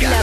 La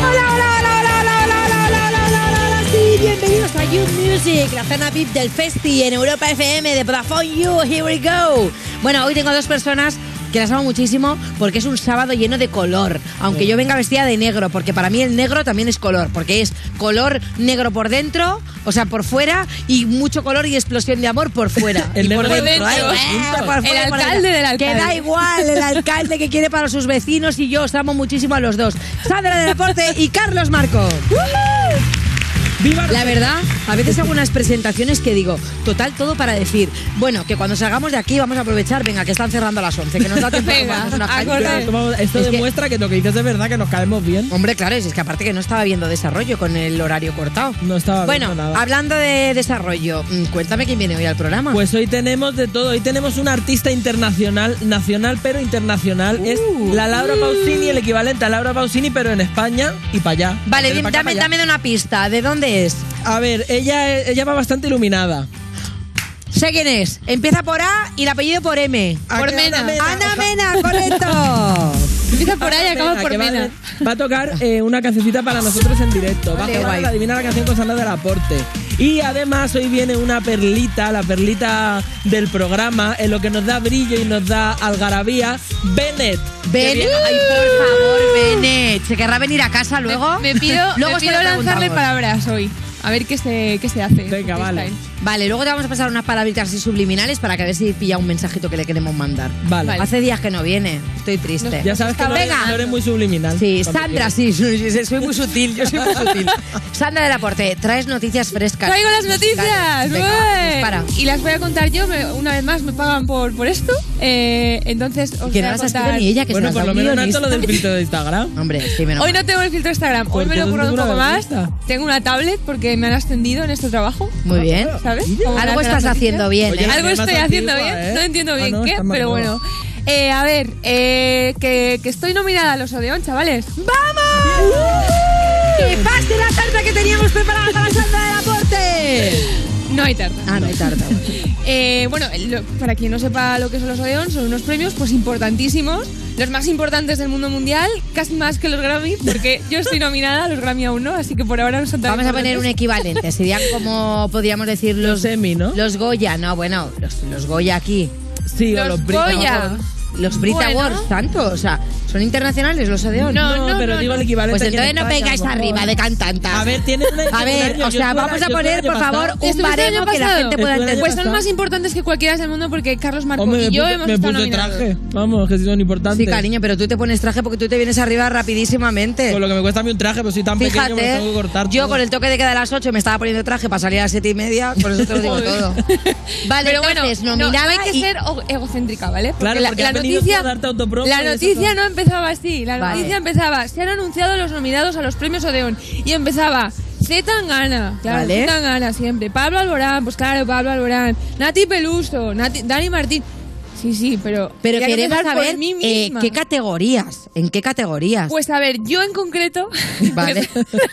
Hola, hola, hola, hola, hola, hola, hola, hola, hola, hola, hola, hola, sí, bienvenidos a You Music, la cena VIP del Festi en Europa FM de Vodafone You, here we go. Bueno, hoy tengo dos personas que las amo muchísimo porque es un sábado lleno de color, aunque yo venga vestida de negro, porque para mí el negro también es color, porque es color negro por dentro, o sea, por fuera, y mucho color y explosión de amor por fuera. El y por negro por dentro, dentro. ay, bueno, por El fuera y por alcalde dentro. del Que da alcalde. igual, el alcalde que quiere para sus vecinos y yo os amo muchísimo a los dos. Sandra de Deporte y Carlos Marco. ¡Uh! ¡Viva La verdad, a veces hago unas presentaciones que digo, total todo para decir, bueno, que cuando salgamos de aquí vamos a aprovechar, venga, que están cerrando a las 11, que nos da tiempo a Venga, tomarnos una caña. acordé. Claro, tomamos- Esto Es que- demuestra que... lo que dices es verdad, que nos caemos bien. Hombre, claro, es que aparte que no estaba viendo desarrollo con el horario cortado. No estaba bueno, viendo nada. hablando de desarrollo, mm, cuéntame quién viene hoy al programa. Pues hoy tenemos de todo. Hoy tenemos un artista internacional, nacional pero internacional. es Uh. la Laura Pausini, el equivalente a Laura Pausini, pero en España y para allá. vale, Pero dime- pa' acá, dame, pa' allá. dame una pista, ¿de dónde es? A ver, ella, es- ella va bastante iluminada. Sé quién es. Empieza por A y el apellido por M. ¿A Por qué Mena. Ana ojalá- Mena, correcto. Empieza por ahí, acaba Mena, por que va a- Mena. Va a tocar eh, una cancioncita para nosotros en directo. Va a Ole, jugar guay. al adivinar la canción con Sandra del Aporte. Y además hoy viene una perlita, la perlita del programa, en lo que nos da brillo y nos da algarabía, Bennett. Benet, ay, por favor, Benet. ¿Se querrá venir a casa luego? Me, me pido, luego me se pido lo lanzarle preguntamos. palabras hoy. A ver qué se, qué se hace. Venga, vale. Freestyle. Vale, luego te vamos a pasar unas palabritas así subliminales para que a ver si pilla un mensajito que le queremos mandar. Vale. Vale. Hace días que no viene, estoy triste. Ya sabes que no eres, Venga. no eres muy subliminal. Sí, Cuando Sandra, sí, sí, sí, soy muy sutil, yo soy muy sutil. Sandra del Aporte, traes noticias frescas. Traigo las noticias. Venga, pues voy. dispara. Y las voy a contar yo. me- una vez más me pagan por, por esto. Eh, entonces os Que voy no a las ha contar. escrito ni ella, que Bueno, se las por da lo un menos guionista. Nato lo del filtro de Instagram. Hombre, sí, menos Hoy mal. no tengo el filtro Instagram. ¿Por Hoy me qué lo he no currado un tengo poco la más. revista? Tengo una tablet porque me han ascendido en este trabajo. Muy bien. ¿Sabes? Algo Como estás las haciendo bien, Oye, ¿eh? Algo Además, estoy antigua, haciendo bien, ¿eh? no entiendo Ah, bien no, qué, está más pero nueva. bueno. Eh, a ver, eh, que, que estoy nominada a los Odeón, chavales. ¡Vamos! ¡Que pase la tarta que teníamos preparada para Sandra del Aporte! No hay tarta. Ah, no hay tarta. bueno. Eh, bueno, lo- para quien no sepa lo que son los Odeón, son unos premios pues importantísimos, los más importantes del mundo mundial, casi más que los Grammy, porque yo estoy nominada, los Grammy aún no, así que por ahora no son tan Vamos a poner un importantes. equivalente. Serían como podríamos decir los, Los Emmy, ¿no? Los Goya, no, bueno, los, los Goya aquí. Sí, o Los los Brit Goya. Awards. Los Brit Bueno. Awards, tanto. O sea, ¿son internacionales los Odeón? No, No, pero digo el equivalente. Pues aquí en entonces no España, pegáis por favor. arriba de cantantas. A ver, tienen una- A tienen un ver, año. o Yo sea, estuve- vamos yo a estuve poner, el año por favor, pasado. un Estuviste el baremo año que la pasado. gente pueda Estuve el año entender. Pues son pasado. más importantes que cualquiera del mundo porque Carlos Marco Hombre, y me yo puse- hemos me estado puse nominados. traje. Vamos, que si son importantes. Sí, cariño, pero tú te pones traje porque tú te vienes arriba rapidísimamente. Con lo que me cuesta a mí un traje, pero soy tan pequeño que me lo Fíjate, tengo que cortar. yo todo. con el toque de queda a las 8 me estaba poniendo traje para salir a las 7 y media, por eso te lo digo Joder. todo. Vale, pero bueno, entonces, no, nominada no hay que y- ser o- egocéntrica, ¿vale? Porque Claro, la, porque la has venido noticia, tú a darte autopromo la y eso noticia todo. no empezaba así. La Vale. noticia empezaba, se han anunciado los nominados a los premios Odeón. Y empezaba, Z Tangana, claro, Vale. Z Tangana siempre. Pablo Alborán, pues claro, Pablo Alborán. Nati Peluso, Nati- Dani Martín. Sí, sí, pero... Pero quería queremos empezar por saber mí eh, misma. qué categorías, en qué categorías. Pues a ver, yo en concreto... pues, vale.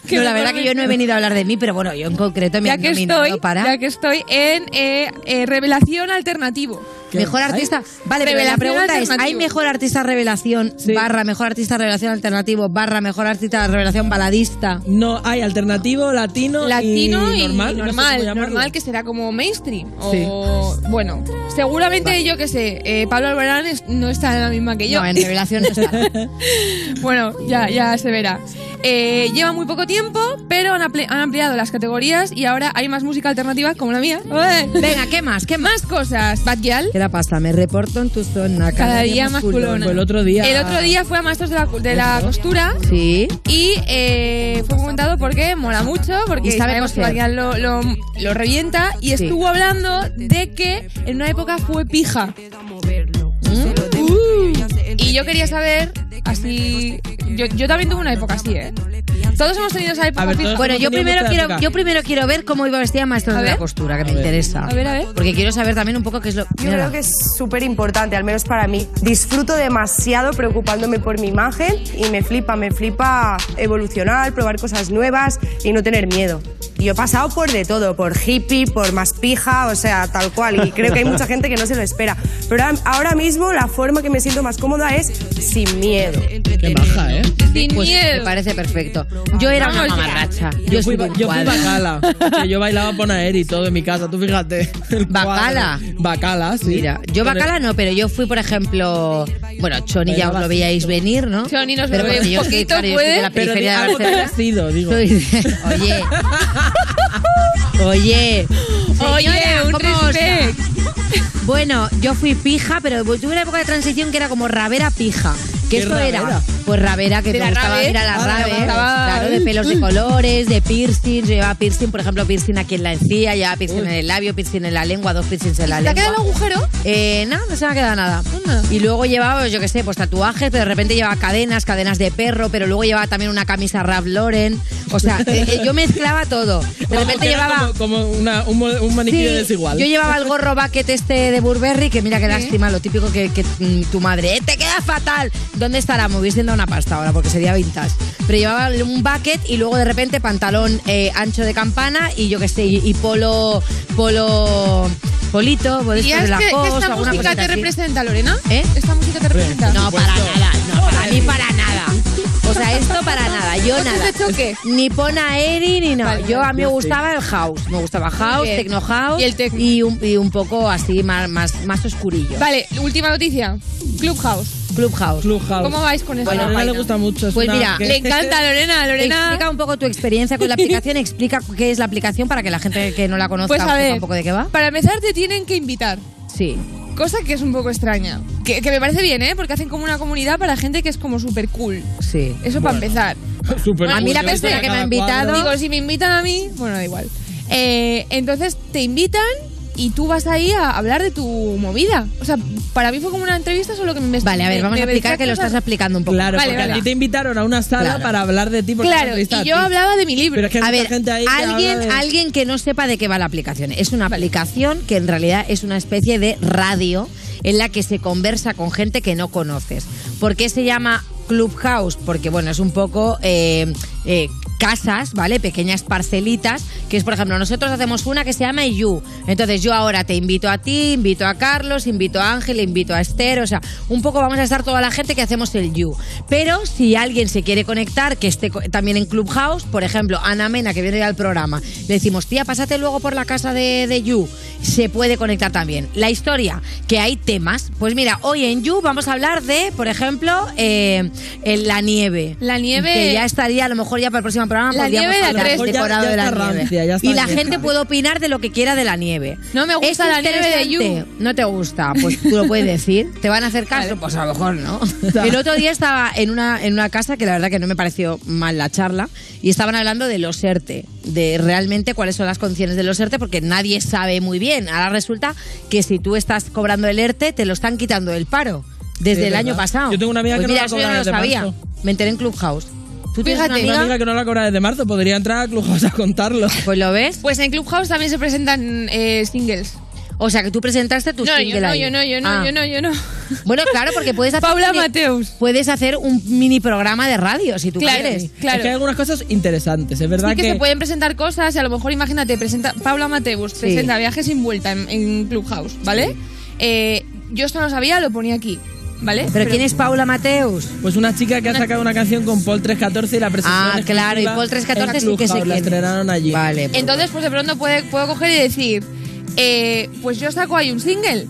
que No, me la verdad que yo no he venido a hablar de mí, pero bueno, yo en concreto me Ya han que, nominado estoy, para ya que estoy en eh, eh, Revelación Alternativo. mejor artista. Vale, pero la Revelación pregunta es, ¿hay alternativo. mejor artista revelación Sí. barra mejor artista revelación alternativo barra mejor artista revelación baladista? No, hay alternativo, latino, latino y, normal, normal. no sé normal, cómo llamarlo. que será como mainstream. O, bueno, seguramente yo que sé, eh, Pablo Alborán es- no está en la misma que yo. No, en revelación no está. bueno, ya, ya se verá. Eh, lleva muy poco tiempo, pero han, apli- han ampliado las categorías y ahora hay más música alternativa como la mía. Venga, ¿qué más? ¿Qué más? más cosas. Bad Gyal. ¿Qué la pasa? Me reporto en tu zona. Cada día más culona. Pues Fue el otro día. El otro día fue a Maestros de la, de la Costura. Sí. Y eh, fue comentado porque mola mucho, porque Y sabe sabemos que coser. Marian lo, lo, lo revienta. Y Sí. estuvo hablando de que en una época fue pija. Uh. Y yo quería saber, así. Yo, yo también tuve una época así, ¿eh? Todos hemos tenido esa época. A ver, fija. todos- Bueno, yo Hemos tenido primero, nuestra quiero, época. yo primero quiero ver cómo iba vestida Maestro A de la ver. Costura, que me A ver. interesa. A ver, a ver. Porque quiero saber también un poco qué es lo... Yo Mírala. creo que es súper importante, al menos para mí. Disfruto demasiado preocupándome por mi imagen y me flipa, me flipa evolucionar, probar cosas nuevas y no tener miedo. Y yo he pasado por de todo, por hippie, por más pija, o sea, tal cual. Y creo que hay mucha gente que no se lo espera. Pero ahora- ahora mismo la forma que me siento más cómoda es sin miedo. Qué baja, ¿eh? Sin Pues me miedo. parece perfecto. Yo era una Vamos ya. mamarracha. Yo, Yo fui, soy un yo fui cuadro. bacala. que yo bailaba Ponaer y todo en mi casa, tú fíjate. El cuadro. ¿Bacala? Bacala, sí. Mira, yo Con el- bacala no, pero yo fui, por ejemplo, bueno, Choni ya os lo veíais venir, ¿no? Choni nos pero lo ve porque un yo, es que, poquito, claro, yo soy de la Pero di- periferia de algo te Barcelona. habrás ido, digo. Soy- Oye. Oye. Oye, Señora, un ¿cómo os va? respect. Bueno, yo fui pija, pero tuve una época de transición que era como rabera pija. ¿Qué ¿Qué esto rabera? era? Pues rabera, que te ¿De la gustaba rave? ir a la Ah, rave. te gustaba- Claro, de pelos de colores, de piercing. Yo llevaba piercing, por ejemplo, piercing aquí en la encía, llevaba piercing en el labio, piercing en la lengua, dos piercings en la ¿Te lengua. ha quedado el agujero? Pues Eh, no, no se me ha quedado nada. Anda. Y luego llevaba, yo qué sé, pues tatuajes, pero de repente llevaba cadenas, cadenas de perro, pero luego llevaba también una camisa Ralph Lauren. O sea, eh, eh, yo mezclaba todo. De Como repente que era llevaba... Como, como una- un, mo- un maniquí Sí, de desigual. Yo llevaba el gorro bucket este de Burberry, que mira qué lástima, lo típico que, que, mm, tu madre, "Eh, te queda fatal. ¿Dónde estará? Me hubiese dado una pasta ahora, porque sería vintage. Pero llevaba un bucket y luego de repente pantalón eh, ancho de campana y yo qué sé, y, y polo, polo, polito, por ¿Y esto de es la que, que cosa, esta alguna música cosita te así. representa, Lorena? ¿Eh? ¿Esta música te representa? No, para nada, no, para mí para nada. O sea, esto para nada, yo Entonces, nada. ¿esto qué? Ni pona Eri ni nada. Vale, yo a mí me yo sí. gustaba el house, me gustaba house, bien. techno house Y el techno. y un, y un poco así más, más, más oscurillo. Vale, última noticia. Clubhouse. Club house. Clubhouse. ¿Cómo vais con eso? a Lorena le gusta mucho. es Pues una- mira, que- Le encanta, Lorena. Lorena. Explica un poco tu experiencia con la aplicación, explica qué es la aplicación para que la gente que no la conozca Pues a sepa ver, un poco de qué va. para empezar te tienen que invitar. Sí. Cosa que es un poco extraña. Que, que me parece bien, ¿eh? Porque hacen como una comunidad para gente que es como súper cool. Sí. Eso para empezar. Súper A mí la cool, yo persona sé, que me ha cada invitado- cuadro. Digo, si me invitan a mí, bueno, da igual. Eh, entonces te invitan y tú vas ahí a hablar de tu movida. O sea, para mí fue como una entrevista, solo que me Vale, a ver, me- vamos me a explicar que decía lo cosas- estás explicando un poco. Claro, Vale, porque a vale. ti te invitaron a una sala Claro. para hablar de ti. porque te Claro, entrevistaron y yo a ti. hablaba de mi libro. Pero es que hay A ver, mucha gente ahí que alguien, habla de- alguien que no sepa de qué va la aplicación. Es una aplicación que en realidad es una especie de radio en la que se conversa con gente que no conoces. ¿Por qué se llama Clubhouse? Porque, bueno, es un poco... eh, eh, casas, ¿vale? Pequeñas parcelitas, que es, por ejemplo, nosotros hacemos una que se llama You. Entonces yo ahora te invito a ti, invito a Carlos, invito a Ángel, invito a Esther, o sea, un poco vamos a estar toda la gente que hacemos el You. Pero si alguien se quiere conectar, que esté co- también en Clubhouse, por ejemplo, Ana Mena, que viene al programa, le decimos, tía, pásate luego por la casa de, de You, se puede conectar también. La historia, que hay temas. Pues mira, hoy en You vamos a hablar de, por ejemplo, eh, eh, la nieve. La nieve- Que ya estaría, a lo mejor ya para el próximo programa La podríamos nieve de hablar tres. del decorado Ya- ya de la está nieve. rancia, ya está y la vieja. gente puede opinar de lo que quiera de la nieve. No me gusta ¿Es la nieve de interesante? You. No te gusta, pues tú lo puedes decir. ¿Te van a hacer caso? Pues a lo mejor no. El otro día estaba en una, en una casa que la verdad que no me pareció mal la charla y estaban hablando de los ERTE, de realmente cuáles son las condiciones de los ERTE porque nadie sabe muy bien. Ahora resulta que si tú estás cobrando el ERTE te lo están quitando el paro desde el Sí, verdad. año pasado. Yo tengo una amiga Pues que no mira, la eso yo cobra no lo desde sabía. marzo. Me enteré en Clubhouse. ¿Tú tienes Fíjate, una Una amiga? amiga que no la cobra desde marzo podría entrar a Clubhouse a contarlo. Pues lo ves. Pues en Clubhouse también se presentan eh, singles. O sea, que tú presentaste tu No, yo single no, ahí. yo no, yo no, Ah. yo no, yo no. Bueno, claro, porque puedes hacer. Paula mini- Mateus. Puedes hacer un mini programa de radio si tú Claro, quieres. claro. Es que hay algunas cosas interesantes, es verdad Sí que, se pueden presentar cosas y a lo mejor imagínate, presenta Paula Mateus presenta viajes sin vuelta en, en Clubhouse, ¿vale? Eh, yo esto no lo sabía, lo ponía aquí, ¿vale? ¿Pero quién es Paula Mateus? Pues una chica que ha sacado una canción con Paul 314 y la presentó Ah, en claro, y exclusiva Paul en 314 sí que Clubhouse, sé quién La es. estrenaron allí. Vale. pues Entonces, pues de pronto puede, puedo coger y decir, eh, pues yo saco ahí un single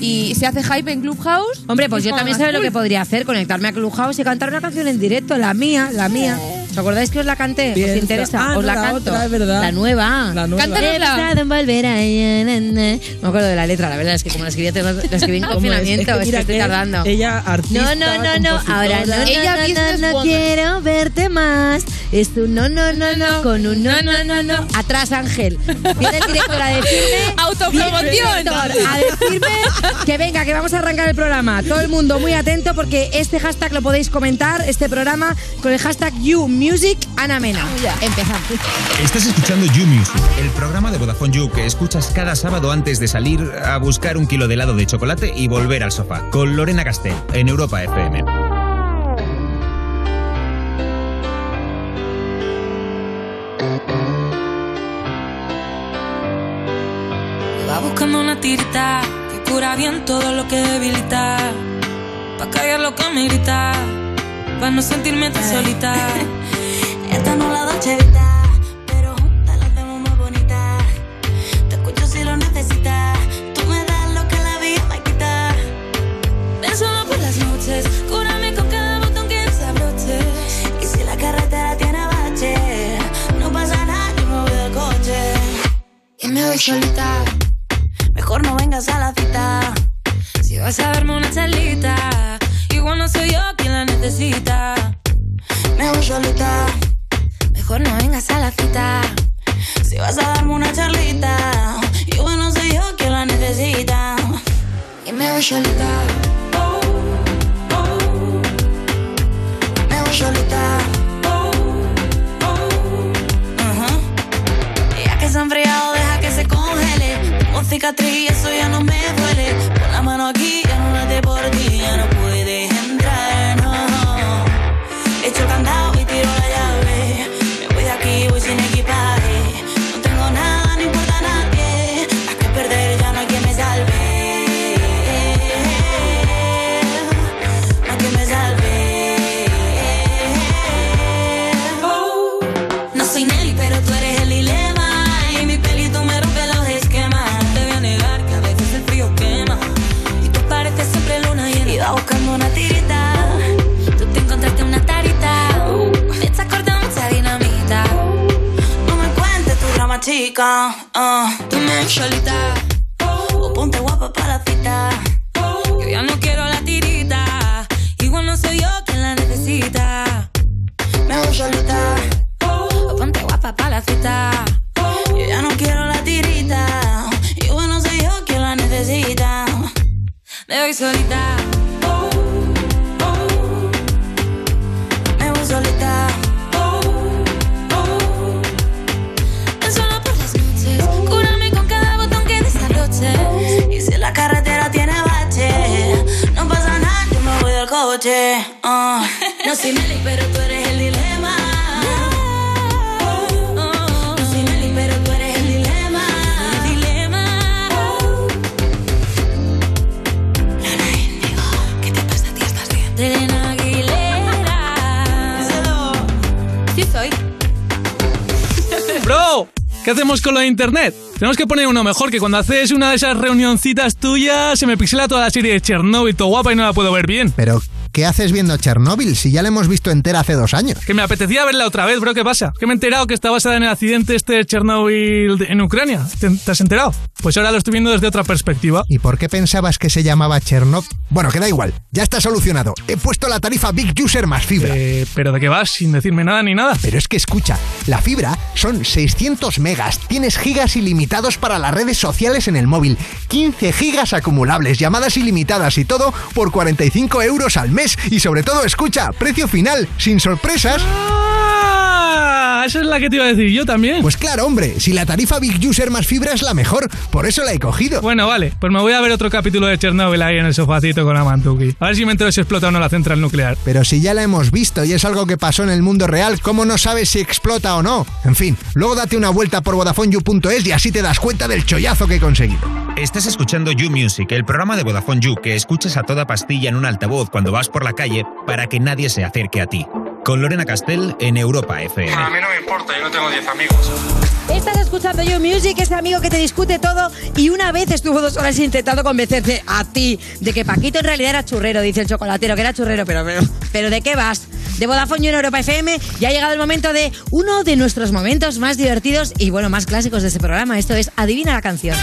y se hace hype en Clubhouse. Hombre, pues es yo como también más sabes lo cool. que podría hacer, conectarme a Clubhouse y cantar una canción en directo, la mía, la mía. ¿Os acordáis que os la canté? Piensa. ¿Os interesa? Ah, os no, la la canto. otra, es verdad. La nueva. La nueva. Cántanosla. He pensado en volver a- No me acuerdo de la letra, la verdad es que como la escribí, la escribí en ¿Cómo es? confinamiento, es que, mira, estoy que tardando. Ella, artista, No, no, no, no, compositora. ahora no, no, Ella no, business no, no woman. quiero verte más. Es un no, no, no, no, con un no, no, no, no. Atrás, Ángel. Viene el director a decirme... Autopromoción. Viene el director A decirme que venga, que vamos a arrancar el programa. Todo el mundo muy atento porque este hashtag lo podéis comentar, este programa, con el hashtag YouMusic Music, Ana Mena. Empezamos. Estás escuchando You Music, el programa de Vodafone You que escuchas cada sábado antes de salir a buscar un kilo de helado de chocolate y volver al sofá. Con Lorena Castell, en Europa FM. Va buscando una tirita que cura bien todo lo que debilita. Pa' callar lo que me grita, pa' no sentirme tan solita. Esta no la Dolce Vita, pero juntas la tengo más bonita. Te escucho si lo necesitas, tú me das lo que la vida me quita. Ven solo por las noches, cúrame con cada botón que desabroche. Y si la carretera tiene bache, no pasa nada, yo me voy del coche. Y me voy solita. Mejor no vengas a la cita. Si vas a darme una charlita, igual no soy yo quien la necesita. Me voy solita. Mejor no vengas a la cita. Si vas a darme una charlita, igual no soy yo quien la necesita. Y me voy solita. Oh, oh. Me voy solita. Oh, oh. Ajá. Ya que se ha enfriado, deja que se congele. Tengo cicatriz, eso ya no me duele. Pon la mano aquí, ya no la de por ti, ya no puedes entrar, no. Echo el candado y tiro la llave. Me voy de aquí, voy sin equipaje. No tengo nada, no importa a nadie. Hay que perder, ya no hay quien me salve. No hay quien me salve. Oh. No soy Nelly, pero tú eres el dilema. Y mi pelito me rompe los esquemas. No te voy a negar que a veces el frío quema. Y tú pareces siempre luna llena. Iba buscando una tirita. Tú te encontraste una tarita. Me estás cortando mucha dinamita. No me cuentes tu drama, chica. ah. Tú me solita. O ponte guapa para la cita. Yo ya no quiero la tirita. Igual no soy yo quien la necesita. Me voy solita. O ponte guapa para la cita. Yo ya no quiero la tirita. Igual no soy yo quien la necesita. Me voy solita. Me voy solita. Es solo por las noches. Cúrame con cada botón que desabroches. Y si la carretera tiene bache, no pasa nada, yo me voy del coche. ah. No soy Nelly, pero tú eres el dilema. Uh. No soy Nelly, pero tú eres el dilema. El dilema. Elena Aguilera. Sí soy. Bro, ¿qué hacemos con lo de internet? Tenemos que poner uno mejor, que cuando haces una de esas reunioncitas tuyas se me pixela toda la serie de Chernobyl, todo guapa y no la puedo ver bien. Pero, ¿qué haces viendo Chernóbil si ya la hemos visto entera hace dos años? Que me apetecía verla otra vez, bro, ¿qué pasa? Que me he enterado que está basada en el accidente este de Chernobyl de- en Ucrania. ¿Te, te has enterado? Pues ahora lo estoy viendo desde otra perspectiva. ¿Y por qué pensabas que se llamaba Chernov? Bueno, que da igual, ya está solucionado. He puesto la tarifa Big User más fibra. Eh, pero de qué vas sin decirme nada ni nada. Pero es que escucha, la fibra son 600 megas, tienes gigas ilimitados para las redes sociales en el móvil, 15 gigas acumulables, llamadas ilimitadas y todo por 45 euros al mes. Y sobre todo, escucha, precio final, sin sorpresas. ¡Ah! Esa es la que te iba a decir yo también. Pues claro, hombre, si la tarifa Big User más fibra es la mejor, por eso la he cogido. Bueno, vale, pues me voy a ver otro capítulo de Chernobyl ahí en el sofacito con la mantuki. A ver si me entero si explota o no la central nuclear. Pero si ya la hemos visto y es algo que pasó en el mundo real, ¿cómo no sabes si explota o no? En fin, luego date una vuelta por vodafoneyou.es y así te das cuenta del chollazo que he conseguido. Estás escuchando You Music, el programa de Vodafone You que escuchas a toda pastilla en un altavoz cuando vas por la calle para que nadie se acerque a ti. Con Lorena Castell en Europa FM. A mí no me importa, yo no tengo 10 amigos. Estás escuchando You Music, ese amigo que te discute todo y una vez estuvo dos horas intentando convencerte a ti de que Paquito en realidad era churrero, dice el chocolatero, que era churrero, pero, pero, pero ¿de qué vas? De Vodafone You en Europa FM ya ha llegado el momento de uno de nuestros momentos más divertidos y bueno, más clásicos de este programa. Esto es Adivina la canción.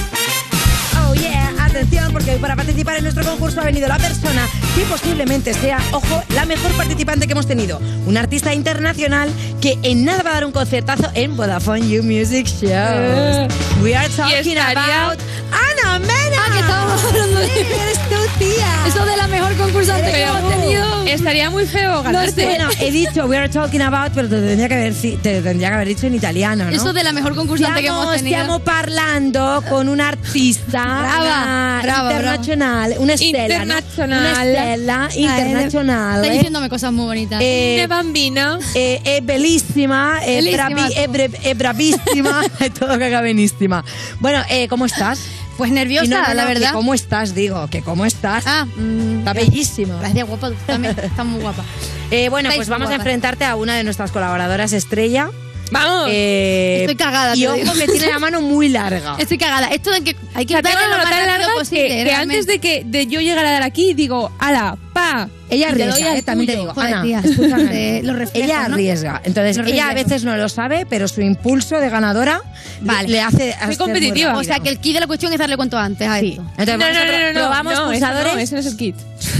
Oh yeah, atención porque para participar en nuestro concurso ha venido la persona que posiblemente sea, ojo, la mejor participante que hemos tenido. Un artista internacional que en nada va a dar un Eh. concertazo en Vodafone You Music Shows. We are Y talking estaría- about Ana Jimena. Ah, que estábamos hablando de... Eres tu tía. Eso de la mejor concursante que Pero hemos tenido. Estaría muy feo No sé. ganarte. Bueno, he dicho we are talking about, pero te tendría que haber, si- te tendría que haber dicho en italiano, ¿no? Eso de la mejor concursante que hemos Stiamo- tenido. Stiamo parlando con un artista Brava, una brava, internacional, una estela, ¿no? Internacional. una estela Ay, internacional. está eh. diciéndome cosas muy bonitas. Eh, De bambina. Eh, è bellísima, è, Bellísima bravi- tú. è bre- è bravísima, è todo que haga benísima. Bueno, eh, ¿cómo estás? Pues nerviosa, Y no, no, no, la que verdad. ¿Cómo estás? Digo, que ¿cómo estás? Ah, mm, Está bellísima. gracias, guapa. Tú también estás muy guapa. Eh, bueno, Estáis pues vamos a guapas. enfrentarte a una de nuestras colaboradoras estrella. Vamos. Eh, Estoy cagada, Y te ojo digo. que tiene la mano muy larga. Estoy cagada. Esto de que hay que La tengo darle lo la más tan rápido larga posible. que, que antes de que de yo llegar a dar aquí digo, ala, pa. Ella Y te doy arriesga, al eh, también te tuyo. digo. Joder, Ana, tía, escúchame. eh, los reflejos, ella ¿no? arriesga. Entonces, Los ella a reflejos. veces no lo sabe, pero su impulso de ganadora le- Vale. le hace. hacer muy competitiva. rápido. O sea, que el key de la cuestión es darle cuanto antes a Sí. esto. Entonces, vamos a pro- probamos no, eso pulsadores no, ese no es el kit.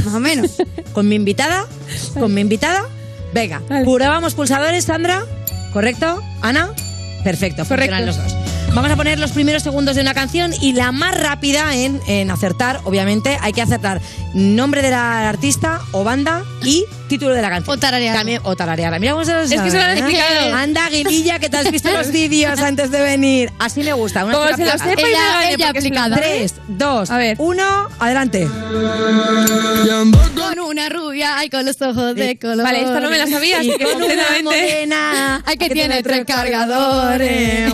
Más o menos. con mi invitada. Con mi invitada. Venga, Vale. probamos pulsadores, Sandra. ¿Correcto? ¿Ana? Perfecto, funcionan Correcto. los dos. Vamos a poner los primeros segundos de una canción y la más rápida en, en acertar, obviamente, hay que acertar nombre de la artista o banda y título de la canción. O tararear. También, o tararearla. Mira cómo se lo que sabe, se lo han ¿eh? explicado. Anda, Guililla, que te has visto los vídeos antes de venir. Así me gusta. una Como chica se lo aplicada. sepa y me Ella- gane, ella porque es una- aplicada. Tres, dos, A ver. uno, adelante. Con una rubia, ay, con los ojos de color. Eh, Vale, esta no me la sabía, así que Con una completamente. morena, Ay, que tiene tres cargadores.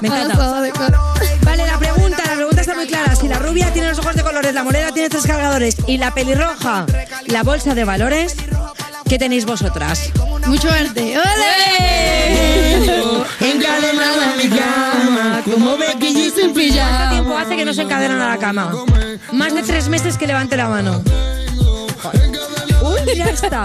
Me Con los encanta. ojos de color. Vale, la pregunta, la pregunta está muy clara. Si la rubia tiene los ojos de colores, la morena tiene tres cargadores y la pelirroja, la bolsa de valores, ¿qué tenéis vosotras? ¡Eh! Mucho arte. ¡Ole! ¡Ole! Encadenada a mi cama, como Becky G sin pijama. ¿Cuánto tiempo hace que no se encadenan a la cama? Más de tres meses que levante la mano. Uy, ya está.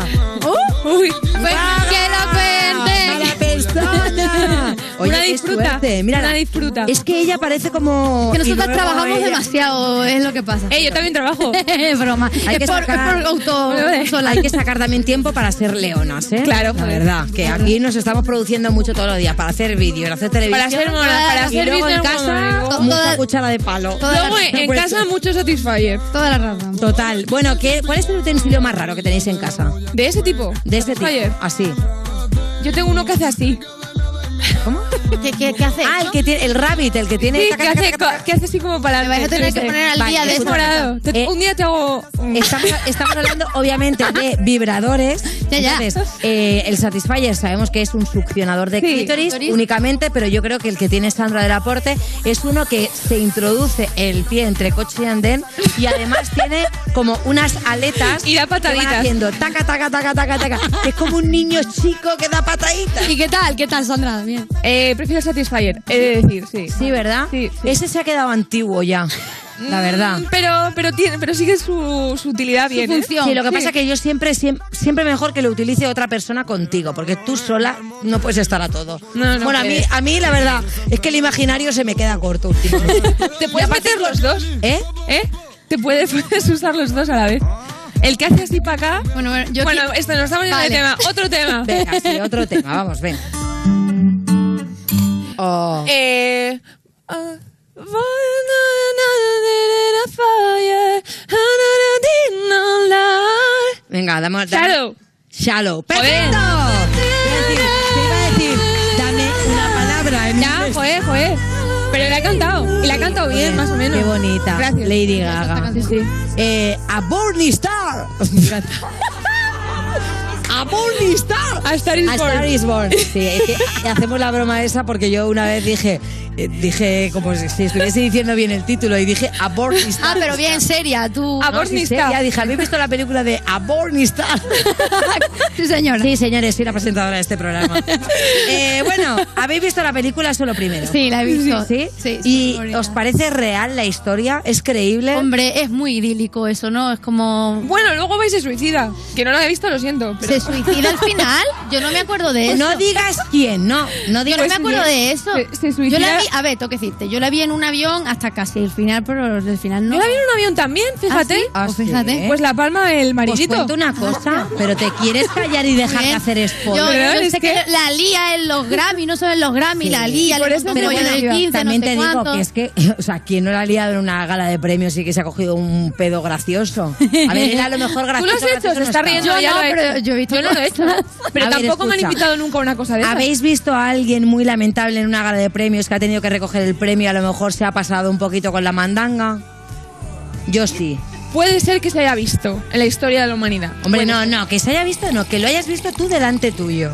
Uy, Pues, ¡Que lo Ah, ¡Mala perdé! persona! Una qué disfruta, suerte, mírala. una disfruta. Es que ella parece como. Que y nosotras luego trabajamos ella- demasiado, es lo que pasa. eh, yo también trabajo. broma. Hay es, que, por, sacar, es por auto. sola. hay que sacar también tiempo para ser leonas, ¿eh? Claro, la joder. verdad. Que aquí nos estamos produciendo mucho todos los días para hacer vídeos, hacer televisión. Para ser mona, para y ser luego en business casa, woman. Con mucha toda- cuchara de palo. toda Luego en, en casa mucho satisfier. Toda la razón. Total. Bueno, ¿qué, ¿cuál es el utensilio más raro que tenéis en casa? De ese tipo. De este tipo. Satisfyer. Así. Yo tengo uno que hace así. ¿Cómo? ¿Qué, qué, qué hace? Ah, el, eso? que tiene, el rabbit, el que tiene... Sí, taca, que taca, hace, taca, co- que hace así como para Me vais a tener que poner al Vale, día de Es esto. escúchame. morado. Te- Eh, un día te hago. un- Estamos, estamos hablando, obviamente, de vibradores. Ya, ya. Entonces, eh, el Satisfyer sabemos que es un succionador de Sí, clítoris clítoris. únicamente, pero yo creo que el que tiene Sandra del Aporte es uno que se introduce el pie entre coche y andén y además tiene como unas aletas Y da pataditas. que van haciendo taca, taca, taca, taca, taca. Que es como un niño chico que da pataditas. ¿Y qué tal? ¿Qué tal, Sandra? Bien. Eh, prefiero Satisfyer, he de decir, sí. Sí, ¿verdad? Sí, sí. Ese se ha quedado antiguo ya, la verdad. Mm, Pero, pero, tiene, pero sigue su, su utilidad bien. ¿eh? función. Sí, lo que pasa es que yo siempre, siem- siempre mejor que lo utilice otra persona contigo, porque tú sola no puedes estar a todo. No, no bueno, a mí, puedes. a mí la verdad es que el imaginario se me queda corto últimamente. Te puedes Y aparte meter con- los dos. ¿Eh? ¿Eh? Te puedes, puedes usar los dos a la vez. El que hace así para acá. Bueno, bueno, yo bueno, aquí- esto nos estamos yendo de Vale. tema. Otro tema. Venga, sí, otro tema, vamos, venga. Oh. Eh, ah, Claro. Venga, dame, dame- Shallow. ¡Perfecto! Te iba a decir- te iba a decir, dame una palabra en Ya, inglés. joder, joder. Pero la ha cantado. Y la ha cantado bien, más o menos. Qué bonita. Gracias. Lady Gaga. Sí, sí. Eh, a Born Star. Me encanta. A Born Star. A Star is Born. Star is Born. Sí, es que hacemos la broma esa porque yo una vez dije, eh, dije como si si estuviese diciendo bien el título y dije A Born Star. Ah, pero bien seria, tú. A No, Born sí sé, Star. Ya dije, ¿habéis visto la película de A Born Star? Sí, señora. Sí, señores, soy la presentadora de este programa. Eh, bueno, ¿habéis visto la película solo primero? Sí, la he visto. ¿Sí? Sí, ¿Y sí, bonita. os parece real la historia? ¿Es creíble? Hombre, es muy idílico eso, ¿no? Es como. Bueno, luego vais a suicida. Que no la he visto, lo siento. Pero Se suicida al final? Yo no me acuerdo de eso. No digas quién, no. no Yo digas no me acuerdo quién. de eso. Se- se Yo suicida- la vi, ah, a ver, tengo que decirte, yo la vi en un avión hasta casi el final, pero el final no. Yo la vi en un avión también, fíjate. ¿Ah, sí? Pues fíjate. Ah, Pues la palma del Os maridito. ¿Eh? cuento una cosa, pero te quieres callar y dejar de hacer Yo, spoiler. yo sé que la lía en los Grammy, no solo en los Grammy, Sí. la lía, Por le eso contó pero yo en bueno, el 15, también no sé te digo cuánto. que es que, o sea, ¿quién no la ha liado en una gala de premios y que se ha cogido un pedo gracioso? A ver, era lo mejor ¿Tú lo gracioso. has hecho? gracioso Se está riendo, estaba. Yo ya lo no, he hecho. pero yo he visto Yo no lo he hecho. cosas. Pero A tampoco me han escucha. invitado nunca a una cosa de esas. ¿Habéis visto a alguien muy lamentable en una gala de premios que ha tenido que recoger el premio y a lo mejor se ha pasado un poquito con la mandanga? Yo sí. Puede ser que se haya visto en la historia de la humanidad. Hombre, no, no, que se haya visto, no, que lo hayas visto tú delante tuyo.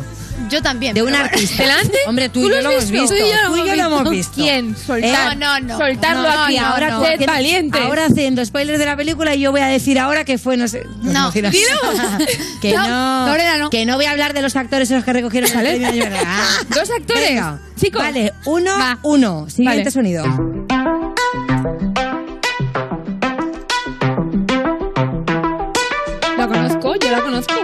Yo también. De un pero bueno. artista. Hombre, tú, y yo lo hemos visto. Tú y yo lo hemos visto. ¿Quién? Soltar. Eh, No, no, no. Soltarlo aquí. ahora no. tú Sed haciendo- valientes. Ahora haciendo spoilers de la película y yo voy a decir ahora que fue, no sé. No, sé. dilo. que No, no, Lorena, no. Que no voy a hablar de los actores esos que recogieron el premio. de verdad. Dos actores. Venga. Vale, uno, uno. Siguiente Vale. sonido. ¿La conozco? Yo la conozco.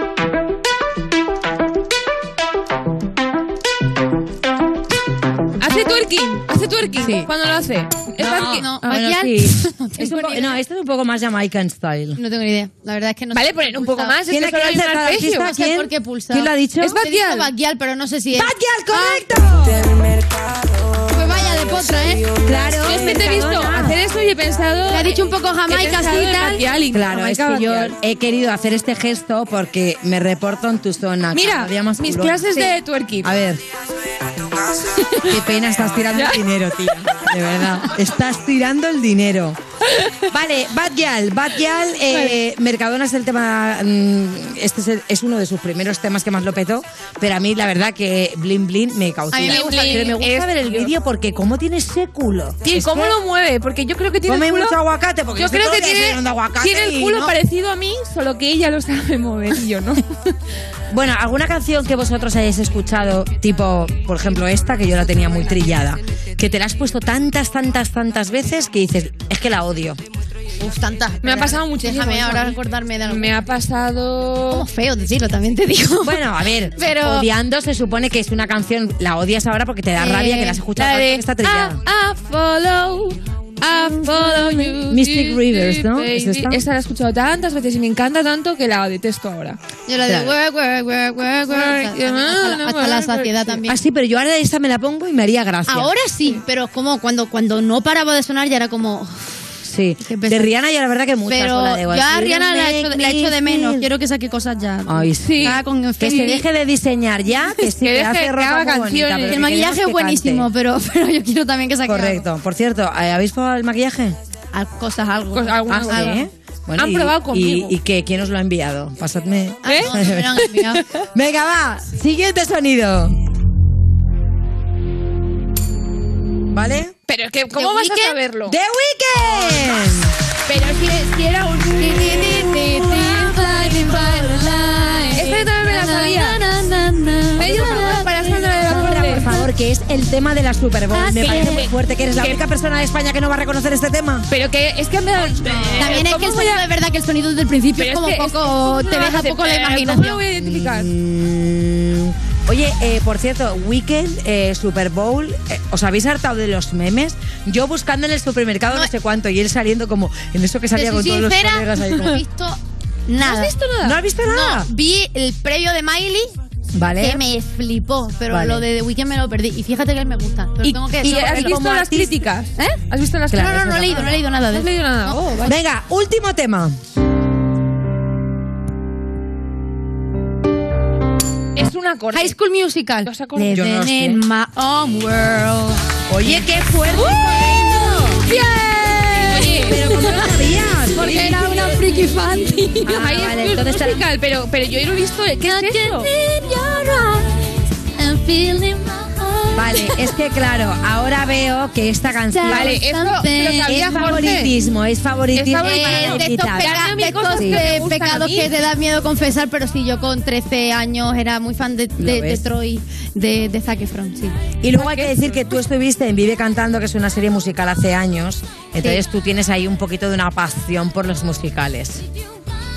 Hace twerking, hace twerking. Cuando lo hace. Es twerking. Pues no, Ah, bueno, Maquial. sí. No Es tengo un ni po- idea. no, esto es un poco más Jamaican style. No tengo ni idea. La verdad es que no Vale, sé. ponen un poco más, es ¿Quién que ha- solo quién ha hay un acertado? arpegio. ¿Quién? No sé por qué pulsar. ¿Quién lo ha dicho? Es He dicho Batial. Batial, pero no sé si es. Ah. ¡Batial, correcto! Pues vaya de potra, ¿eh? Claro. Yo es que te he visto Mercadona. hacer eso y he pensado. Le ha dicho un poco he Jamaica pensado así y en tal. Batial y Claro, es Jamaica que yo Batial. he querido hacer este gesto porque me reporto en tu zona. Mira, cada día más mis culón. clases Sí. de twerking. A ver. Qué pena, estás tirando el dinero, tío. De verdad. Estás tirando el dinero. Vale, Bad Gyal. Bad Gyal, eh, Mercadona es el tema. mm, Este es, el- es uno de sus primeros temas que más lo petó. Pero a mí, la verdad, que Blin Blin me cautiva. A mí me gusta- Pero me gusta es- ver el vídeo porque, ¿cómo tiene ese culo? Tío, Es ¿cómo que lo mueve? Porque yo creo que tiene Come el culo. mucho aguacate, porque yo estoy creo todo que el día tiene, desayunando aguacate tiene el y culo no. parecido a mí, solo que ella lo sabe mover y yo no. Bueno, ¿alguna canción que vosotros hayáis escuchado, tipo, por ejemplo, esta, que yo la tenía muy trillada, que te la has puesto tantas, tantas, tantas veces que dices, es que la odio? Uf, tantas. Me ha pasado muchísimo Déjame eso a ahora mí. recordarme de algo. Me ha pasado. Como feo decirlo, también te digo. Bueno, a ver, Pero- odiando se supone que es una canción, la odias ahora porque te da rabia que la has escuchado La tanto de que está "Ah, trillada. I, I follow, I follow you. Mystic you, Rivers, ¿no? baby. ¿Es esta? la he escuchado tantas veces y me encanta tanto que la detesto ahora. Yo la de Claro. work, work, work, work, work. Work, o yeah, sea, hasta, no, la- hasta la work, work, saciedad sí. también. Ah, sí, pero yo ahora esta me la pongo y me haría gracia. Ahora sí, pero como cuando, cuando no paraba de sonar ya era como... Sí. Qué De pesado. Rihanna yo la verdad que muchas pero no la debo. ya a Así, Rihanna la make echo, la me echo de menos. feel. Quiero que saque cosas ya. Ay, sí. Nada con Que se deje de diseñar ya, que sí, Que que, deje hace que ropa haga muy bonita, canciones. pero El que El queremos que maquillaje es cante. buenísimo, pero, pero yo quiero también que saque Correcto. Por cierto, ¿eh, ¿habéis probado el maquillaje? algo. Ah, cosas, algo. Cos- alguna Ah, sí, cosa. ¿eh? Bueno, Han y- probado y- conmigo. ¿Y, qué? ¿Quién os lo ha enviado? Pasadme. Ah, no, ¿Eh? no me lo han enviado. Venga, va. Siguiente sonido. ¿Vale? Pero es que, ¿cómo The vas Weeknd, a saberlo? ¡The Weeknd! Pero si, si era un. Esta yo también me la sabía. Pedí un favor para Sandra de la Sandra, Fuente. Ah, por favor, que es el tema de la Super Bowl. Me parece muy fuerte que eres la que- única persona de España que no va a reconocer este tema. Pero que es que me da. eh, También es que el sonido, de verdad, que el sonido desde el principio Pero es como es que- poco... es que- te deja poco la ¿Cómo lo voy imaginación. a identificar? Mm, Oye, eh, por cierto, Weekend, eh, Super Bowl, eh, ¿os habéis hartado de los memes? Yo buscando en el supermercado no, No, sé cuánto y él saliendo como en eso que Te salía con soy todos los sincera, colegas ahí no como, he visto nada. ¿No has visto nada? ¿No has visto nada? Vi el previo de Miley Vale. que me flipó, pero Vale. lo de The Weeknd me lo perdí. Y fíjate que él me gusta. Pero Y- tengo que ¿Y tengo que has verlo. visto las críticas? ¿Eh? ¿Has visto las Claro, No, no, críticas? no he leído, no he leído nada No de has leído nada. Oh, vale. Venga, último tema. Es una corte. High School Musical. Los acordes. Yo no Living sé. in my own world. Oye, qué fuerte. ¡Bien! Pero ¿cómo lo sabías? Porque era una friki fan, tío. Ah, High vale, School entonces era- Musical, pero, pero yo lo he visto. ¿Qué es eso? Vale, es que claro, ahora veo que esta canción Vale, esto lo sabía es Jorge. favoritismo, es favoritismo. Es favoritismo. para Eh, de estos, Lupita. peca- Dame de cosas estos, que eh, me gustan a pecados mí. que te da miedo confesar, pero sí, yo con 13 años era muy fan de, de, de ves. Troy, de, de Zac Efron, sí. Y luego hay que decir que tú estuviste en Vive Cantando, que es una serie musical hace años. Entonces tú tienes ahí un poquito de una pasión por los musicales.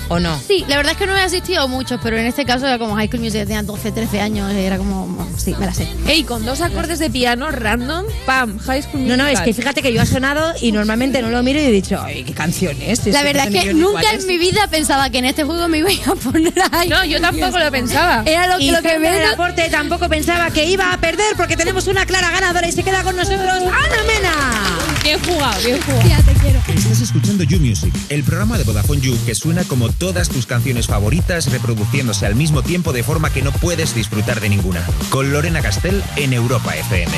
¿O no? Sí, la verdad es que no he asistido a muchos, pero en este caso era como High School Music, tenía 12, 13 años, era como, sí, me la sé. Ey, con dos acordes de piano random, pam, High School No, no, Musical. es que fíjate que yo ha sonado y normalmente no lo miro y he dicho, ay, qué canción es. este Si La eso verdad no es sé que ni yo ni nunca cuál en mi vida pensaba que en este juego me iba a poner ahí. No, yo tampoco lo pensaba. Era lo, Y lo que Sandra me del aporte tampoco pensaba que iba a perder porque tenemos una clara ganadora y se queda con nosotros Ana Mena. Bien jugado, bien jugado. Ya te quiero. Estás escuchando You Music, el programa de Vodafone You que suena como todas tus canciones favoritas reproduciéndose al mismo tiempo de forma que no puedes disfrutar de ninguna. Con Lorena Castel en Europa FM.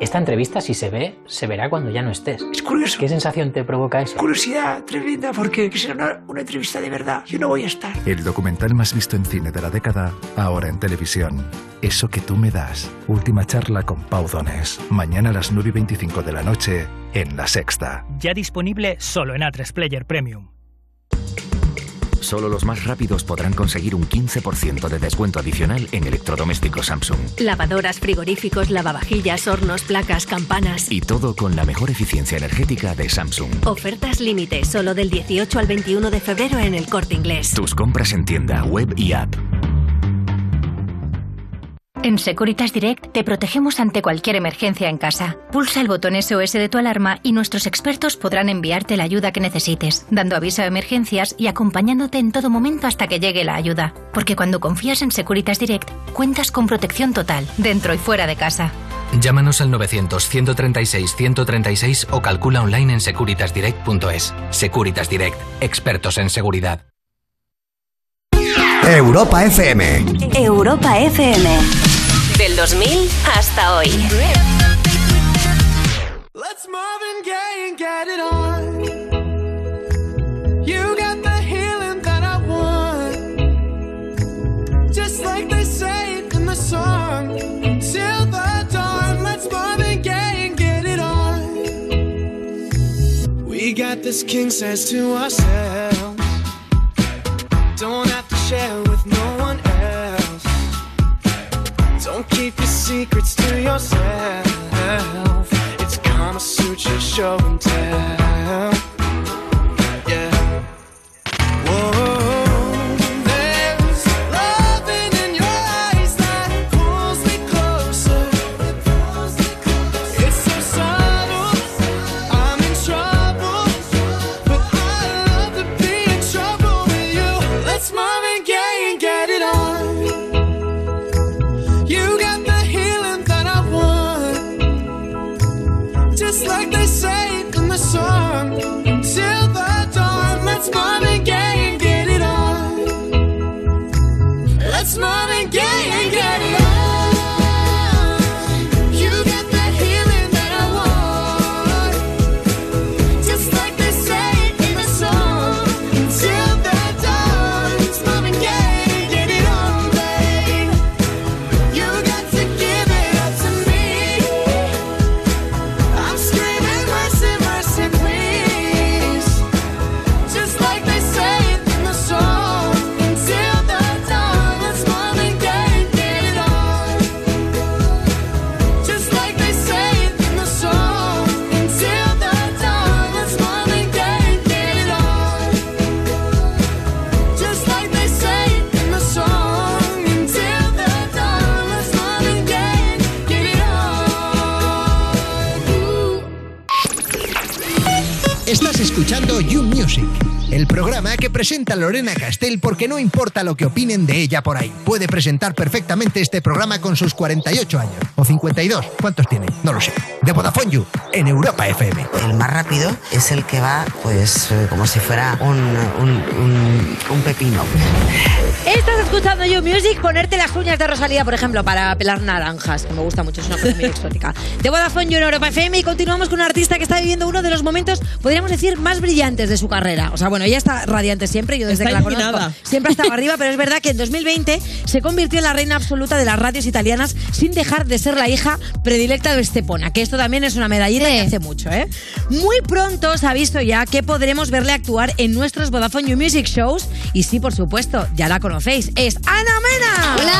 Esta entrevista, si se ve, se verá cuando ya no estés. Es curioso. ¿Qué sensación te provoca eso? Curiosidad tremenda porque será una, una entrevista de verdad. Yo no voy a estar. El documental más visto en cine de la década, ahora en televisión. Eso que tú me das. Última charla con Pau Donés. Mañana a las 9 y 25 de la noche en La Sexta. Ya disponible solo en A3 Player Premium. Solo los más rápidos podrán conseguir un 15% de descuento adicional en electrodomésticos Samsung. Lavadoras, frigoríficos, lavavajillas, hornos, placas, campanas. Y todo con la mejor eficiencia energética de Samsung. Ofertas límite solo del 18 al 21 de febrero en el corte inglés. Tus compras en tienda, web y app. En Securitas Direct te protegemos ante cualquier emergencia en casa. Pulsa el botón SOS de tu alarma y nuestros expertos podrán enviarte la ayuda que necesites, dando aviso a emergencias y acompañándote en todo momento hasta que llegue la ayuda. Porque cuando confías en Securitas Direct, cuentas con protección total, dentro y fuera de casa. Llámanos al 900-136-136 o calcula online en securitasdirect.es. Securitas Direct, expertos en seguridad. Europa FM. Europa FM. Del 2000 hasta hoy. Let's Marvin Gaye and get it on. You got the healing that I want. Just like they say it in the song. Till the dawn, let's Marvin Gaye and get it on. We got this king size to ourselves. Don't have to share with no one else. Don't keep your secrets to yourself. It's Kama Sutra show and tell. Yeah. Whoa. There's loving in your eyes that pulls me closer. It's so subtle. I'm in trouble, but I love to be in trouble with you. Let's Marvin Gaye and get it on. You got the healing that I want. Just like they say it in the song. Till the dawn, let's Marvin Gaye and get it on. Let's Marvin Gaye and get it on. You got the healing that I want. Just like they say it in the song. Till the dawn, let's Marvin Gaye and get it on, babe. You got to give it up to me. I'm screaming mercy, mercy, please. Just like they say it in the song. Until the dawn, let's mom and dad get it on. Just like they say it in the song. Until the dawn, let's mom and dad get it on. Just like they say it in the song. Until the dawn, let's mom and dad get it on. Estás escuchando You Music, el programa que presenta Lorena Castell porque no importa lo que opinen de ella por ahí. Puede presentar perfectamente este programa con sus 48 años o 52. ¿Cuántos tiene? No lo sé. De Vodafone You en Europa FM. El más rápido es el que va, pues, eh, como si fuera un, un- un- un pepino. Estás escuchando You Music, ponerte las uñas de Rosalía, por ejemplo, para pelar naranjas, que me gusta mucho, es una cosa muy exótica. De Vodafone You en Europa FM y continuamos con una artista que está viviendo uno de los momentos, podríamos decir, más brillantes de su carrera. O sea, bueno, ella está radiante siempre, yo desde Está que la iluminada. conozco siempre ha estado arriba, pero es verdad que en 2020 se convirtió en la reina absoluta de las radios italianas sin dejar de ser la hija predilecta de Estepona, que esto también es una medallita que hace mucho, ¿eh? Muy pronto se ha visto ya que podremos verle actuar en nuestros Vodafone You Music Shows y sí, por supuesto, ya la conocéis, es Ana Mena.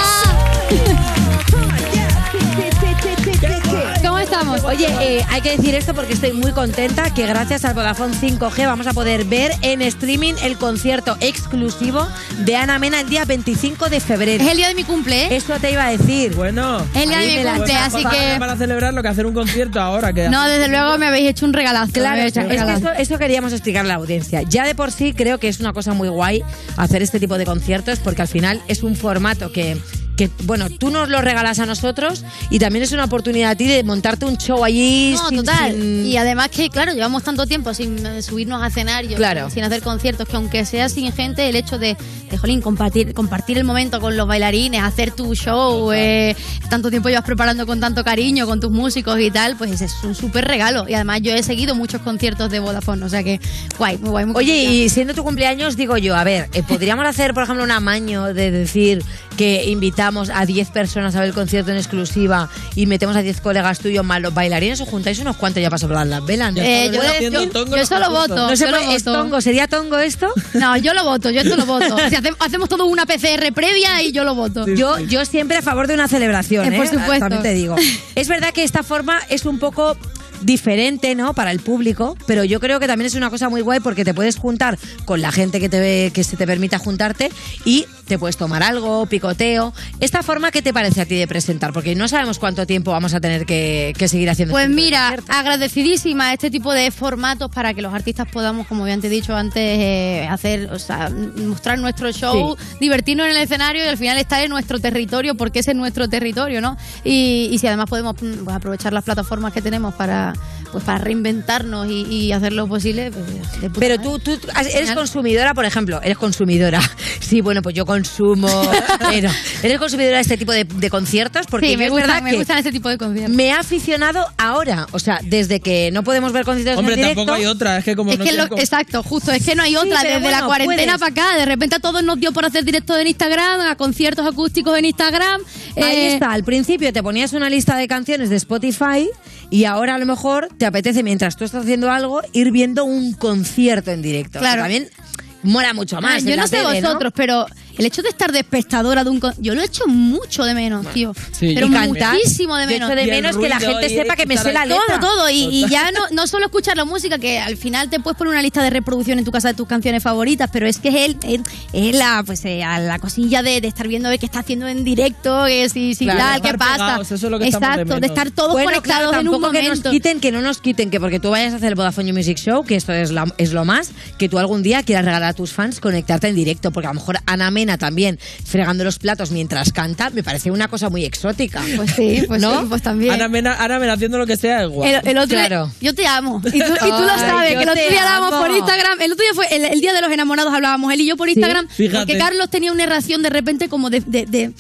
¿Cómo estamos? vamos. Oye, eh, hay que decir esto porque estoy muy contenta que gracias al Vodafone 5G vamos a poder ver en streaming el concierto exclusivo de Ana Mena el día 25 de febrero. Es el día de mi cumple, ¿eh? Eso te iba a decir. Bueno. Es el día de mi cumple, así que- Pues, Para celebrarlo que hacer un concierto ahora. Que No, desde luego me habéis hecho un regalazo. Claro, me habéis hecho un es que regalazo. esto, esto queríamos explicarle a la audiencia. Ya de por sí creo que es una cosa muy guay hacer este tipo de conciertos porque al final es un formato que, que, bueno, tú nos lo regalas a nosotros y también es una oportunidad a ti de montarte un show allí. No, sin- total. sin- Y además que, claro, llevamos tanto tiempo sin eh, subirnos a escenarios, Claro. sin hacer conciertos, que aunque sea sin gente, el hecho de, de, jolín, compartir, compartir el momento con los bailarines, hacer tu show, eh, tanto tiempo llevas preparando con tanto cariño, con tus músicos y tal, pues es un súper regalo. Y además yo he seguido muchos conciertos de Vodafone, o sea que guay, muy guay. Muy Oye, contenta. y siendo tu cumpleaños, digo yo, a ver, eh, ¿podríamos hacer, por ejemplo, un amaño de decir que invitamos a 10 personas a ver el concierto en exclusiva y metemos a 10 colegas tuyos más los bailarines o juntáis unos cuantos ya para soplar las velas? Eh, yo, yo- yo eso lo voto. No se yo lo puede- es voto. tongo, ¿sería tongo esto? No, yo lo voto, yo esto lo voto. Si hace- hacemos todo una PCR previa y yo lo voto. Yo, yo siempre a favor de una celebración, Eh, por ¿eh? supuesto. También te digo. Es verdad que esta forma es un poco diferente, ¿no? Para el público, pero yo creo que también es una cosa muy guay porque te puedes juntar con la gente que te ve- que se te permita juntarte y te puedes tomar algo, picoteo. Esta forma, ¿qué te parece a ti de presentar? Porque no sabemos cuánto tiempo vamos a tener que, que seguir haciendo. Pues esto. mira, agradecidísima a este tipo de formatos para que los artistas podamos, como bien te he dicho antes, eh, hacer, o sea, m- mostrar nuestro show, divertirnos en el escenario y al final estar en nuestro territorio, porque ese es nuestro territorio, ¿no? Y, y si además podemos mm, pues, aprovechar las plataformas que tenemos para, pues, para reinventarnos y, y hacer lo posible. pues, de puta Pero madre. tú, tú eres consumidora, por ejemplo, eres consumidora. Sí, bueno, pues yo consumo. pero eres consumidora de este tipo de, de conciertos porque Sí, yo me es gustan- verdad me que gustan este tipo de conciertos. me ha aficionado ahora. O sea, desde que no podemos ver conciertos Hombre, en directo. tampoco hay otra. Es que como Es no que tiene lo- como- exacto, justo, es que no hay Sí, otra. pero Desde la bueno, cuarentena puedes. para acá, de repente a todos nos dio por hacer directos en Instagram, a conciertos acústicos en Instagram. Ahí eh, está, al principio te ponías una lista de canciones de Spotify y ahora a lo mejor te apetece, mientras tú estás haciendo algo, ir viendo un concierto en directo. Claro. Ah, Que También mola mucho más. yo en no la sé tele, ¿no? vosotros, pero el hecho de estar de espectadora de un con- yo lo he hecho mucho de menos, tío. Sí, pero y cantar. muchísimo de Yo menos. echo de Y el menos que la ruido gente y sepa que me escuchar sé la ahí. letra. Todo, todo. Y, y Total. ya no, no solo escuchar la música, que al final te puedes poner una lista de reproducción en tu casa de tus canciones favoritas, pero es que es el, es- es la pues eh, a la cosilla de, de estar viendo a ver qué está haciendo en directo, que si, si Claro, tal, estar qué pasa. pegados, eso es lo que estamos Exacto, de de, menos. estar todos Bueno, conectados claro, en un tampoco que nos momento. quiten, que no nos quiten, que porque tú vayas a hacer el Vodafone You Music Show, que esto es, la- es lo más, que tú algún día quieras regalar a tus fans conectarte en directo, porque a lo mejor Ana Mena también fregando los platos mientras canta, me parece una cosa muy exótica. Pues sí, pues ¿No? sí, pues también. Ana Mena, Ana Mena haciendo lo que sea es guay. El, el otro día- Claro. yo te amo. Y tú, y tú lo Ay, sabes, yo que el otro te día hablábamos amo. por Instagram. El otro día fue el, el día de los enamorados, hablábamos él y yo por Instagram. Fíjate. Porque Carlos tenía una reacción de repente como de. de- de-